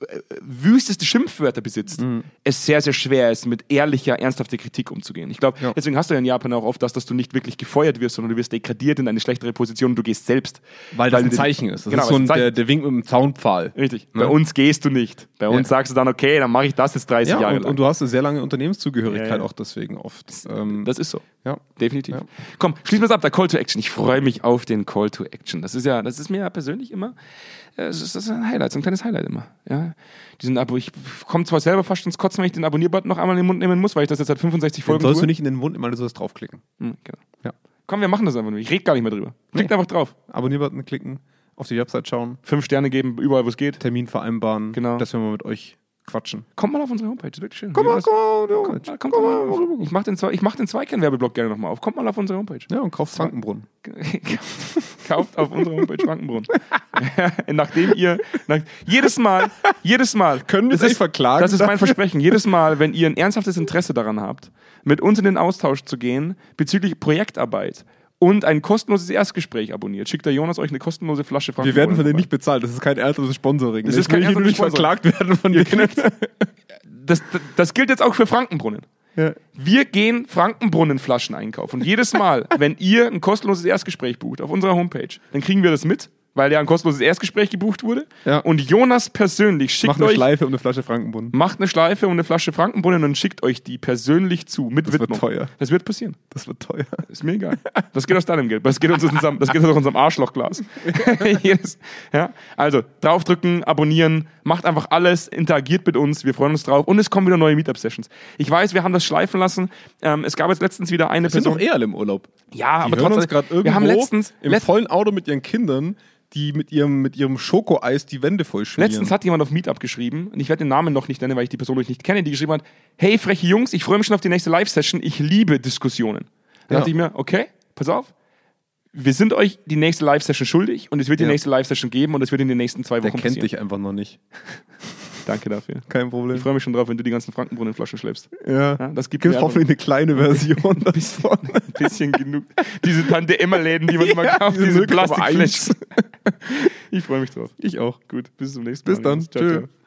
Speaker 1: äh, wüsteste Schimpfwörter besitzt,
Speaker 2: Mhm.
Speaker 1: es sehr, sehr schwer ist, mit ehrlicher, ernsthafter Kritik umzugehen. Ich glaube,
Speaker 2: Ja.
Speaker 1: deswegen hast du ja in Japan auch oft das, dass du nicht wirklich gefeuert wirst, sondern du wirst degradiert in eine schlechtere Position und du gehst selbst.
Speaker 2: Weil das ein
Speaker 1: du-
Speaker 2: Zeichen ist. Das
Speaker 1: genau,
Speaker 2: ist so
Speaker 1: es
Speaker 2: ein,
Speaker 1: ist ein
Speaker 2: der,
Speaker 1: Zeichen.
Speaker 2: der Wink mit dem Zaunpfahl.
Speaker 1: Richtig. Bei
Speaker 2: Ne?
Speaker 1: uns gehst du nicht. Bei uns
Speaker 2: Ja.
Speaker 1: sagst du dann, okay, dann mache ich das jetzt 30
Speaker 2: Ja,
Speaker 1: Jahre
Speaker 2: und,
Speaker 1: lang.
Speaker 2: und du hast eine sehr lange Unternehmenszugehörigkeit
Speaker 1: Ja, ja.
Speaker 2: auch deswegen oft. Ähm,
Speaker 1: das ist so.
Speaker 2: ja.
Speaker 1: Definitiv.
Speaker 2: Ja.
Speaker 1: Komm, schließen wir es ab, der Call to Action. Ich freue mich auf den Call to Action. Das ist ja, das ist mir ja persönlich immer, äh, das ist, das ist ein Highlight, so ein kleines Highlight immer. Ja? Diesen Abo, ich komme zwar selber fast ins Kotzen, wenn ich den Abonnierbutton noch einmal in den Mund nehmen muss, weil ich das jetzt seit 65
Speaker 2: Den
Speaker 1: Folgen
Speaker 2: sollst du
Speaker 1: tue.
Speaker 2: nicht in den Mund, immer du sollst draufklicken.
Speaker 1: Hm, genau.
Speaker 2: Ja.
Speaker 1: Komm, wir machen das einfach nur. Ich rede gar nicht mehr drüber. Klickt einfach drauf.
Speaker 2: Abonnierbutton klicken, auf die Website schauen,
Speaker 1: Fünf Sterne geben, überall wo es geht.
Speaker 2: Termin vereinbaren,
Speaker 1: Genau.
Speaker 2: dass wir mal mit euch quatschen.
Speaker 1: Kommt mal auf unsere Homepage, ist wirklich schön.
Speaker 2: Komm mal,
Speaker 1: Jonas-
Speaker 2: komm mal, Junge.
Speaker 1: Kommt mal, kommt mal auf. Ich mache den, Zwei- ich mach den Zweikern-Werbeblock gerne nochmal auf. Kommt mal auf unsere Homepage.
Speaker 2: Ja, und kauf Frankenbrunnen.
Speaker 1: [laughs] kauft auf unserer Homepage Schwankenbrunn. [laughs] Nachdem ihr nach, jedes Mal, jedes Mal,
Speaker 2: Können wir
Speaker 1: das
Speaker 2: euch
Speaker 1: ist-
Speaker 2: verklagen
Speaker 1: Das ist mein
Speaker 2: dafür?
Speaker 1: Versprechen. Jedes Mal, wenn ihr ein ernsthaftes Interesse daran habt, mit uns in den Austausch zu gehen bezüglich Projektarbeit und ein kostenloses Erstgespräch abonniert, schickt der Jonas euch eine kostenlose Flasche
Speaker 2: Wir werden von denen nicht bezahlt, das ist kein ernsthaftes Sponsoring.
Speaker 1: Das
Speaker 2: Ich
Speaker 1: ist kein
Speaker 2: will hier nur nicht
Speaker 1: ernsthaftes
Speaker 2: verklagt
Speaker 1: [laughs]
Speaker 2: werden von denen.
Speaker 1: Das, das, das gilt jetzt auch für Frankenbrunnen.
Speaker 2: Ja.
Speaker 1: Wir gehen Frankenbrunnenflaschen einkaufen. Und jedes
Speaker 2: [laughs]
Speaker 1: Mal, wenn ihr ein kostenloses Erstgespräch bucht auf unserer Homepage, dann kriegen wir das mit, weil ja ein kostenloses Erstgespräch gebucht wurde.
Speaker 2: Ja.
Speaker 1: Und Jonas persönlich schickt
Speaker 2: Mach eine
Speaker 1: euch,
Speaker 2: Schleife und eine Flasche Frankenbrunnen.
Speaker 1: macht eine Schleife und eine Flasche Frankenbrunnen und schickt euch die persönlich zu mit
Speaker 2: wird
Speaker 1: Widmung.
Speaker 2: teuer.
Speaker 1: Das wird passieren.
Speaker 2: Das wird teuer.
Speaker 1: Ist mir egal. Das geht aus deinem Geld. Das geht aus unserem, das geht aus unserem
Speaker 2: [laughs]
Speaker 1: Arschlochglas. Jedes, ja? Also, draufdrücken, abonnieren, macht einfach alles, interagiert mit uns, wir freuen uns drauf. Und es kommen wieder neue Meetup-Sessions. Ich weiß, wir haben das schleifen lassen. Ähm, es gab jetzt letztens wieder eine
Speaker 2: Wir sind doch
Speaker 1: Person.
Speaker 2: eh alle im Urlaub.
Speaker 1: Ja,
Speaker 2: Die hören uns gerade irgendwo
Speaker 1: wir haben letztens,
Speaker 2: im
Speaker 1: let,
Speaker 2: vollen Auto mit ihren Kindern, die mit ihrem, mit ihrem Schokoeis die Wände voll schmieren.
Speaker 1: letztens hat jemand auf Meetup geschrieben, und ich werde den Namen noch nicht nennen, weil ich die Person noch nicht kenne, die geschrieben hat, hey, freche Jungs, ich freue mich schon auf die nächste Live-Session, ich liebe Diskussionen. Dann
Speaker 2: Ja.
Speaker 1: dachte ich mir, okay, pass auf, wir sind euch die nächste Live-Session schuldig und es wird die
Speaker 2: Ja.
Speaker 1: nächste Live-Session geben und es wird in den nächsten zwei Wochen
Speaker 2: Der kennt
Speaker 1: passieren.
Speaker 2: dich einfach noch nicht.
Speaker 1: Danke dafür.
Speaker 2: Kein
Speaker 1: Ich
Speaker 2: Problem.
Speaker 1: freue mich schon drauf, wenn du die ganzen Frankenbrunnenflaschen
Speaker 2: [laughs]
Speaker 1: schleppst.
Speaker 2: Ja.
Speaker 1: Ja, das gibt
Speaker 2: Gibt
Speaker 1: mir
Speaker 2: hoffentlich
Speaker 1: [laughs]
Speaker 2: eine kleine Version davon.
Speaker 1: Ein bisschen genug. Diese Tante Emma-Läden, die man immer
Speaker 2: [laughs] Ja,
Speaker 1: kauft,
Speaker 2: diese
Speaker 1: diese
Speaker 2: 0,1.
Speaker 1: Plastikflaschen. [laughs] Ich freue mich drauf.
Speaker 2: Ich auch.
Speaker 1: Gut, bis zum nächsten Mal.
Speaker 2: Bis dann.
Speaker 1: Jungs. Ciao,
Speaker 2: Tschö.
Speaker 1: ciao.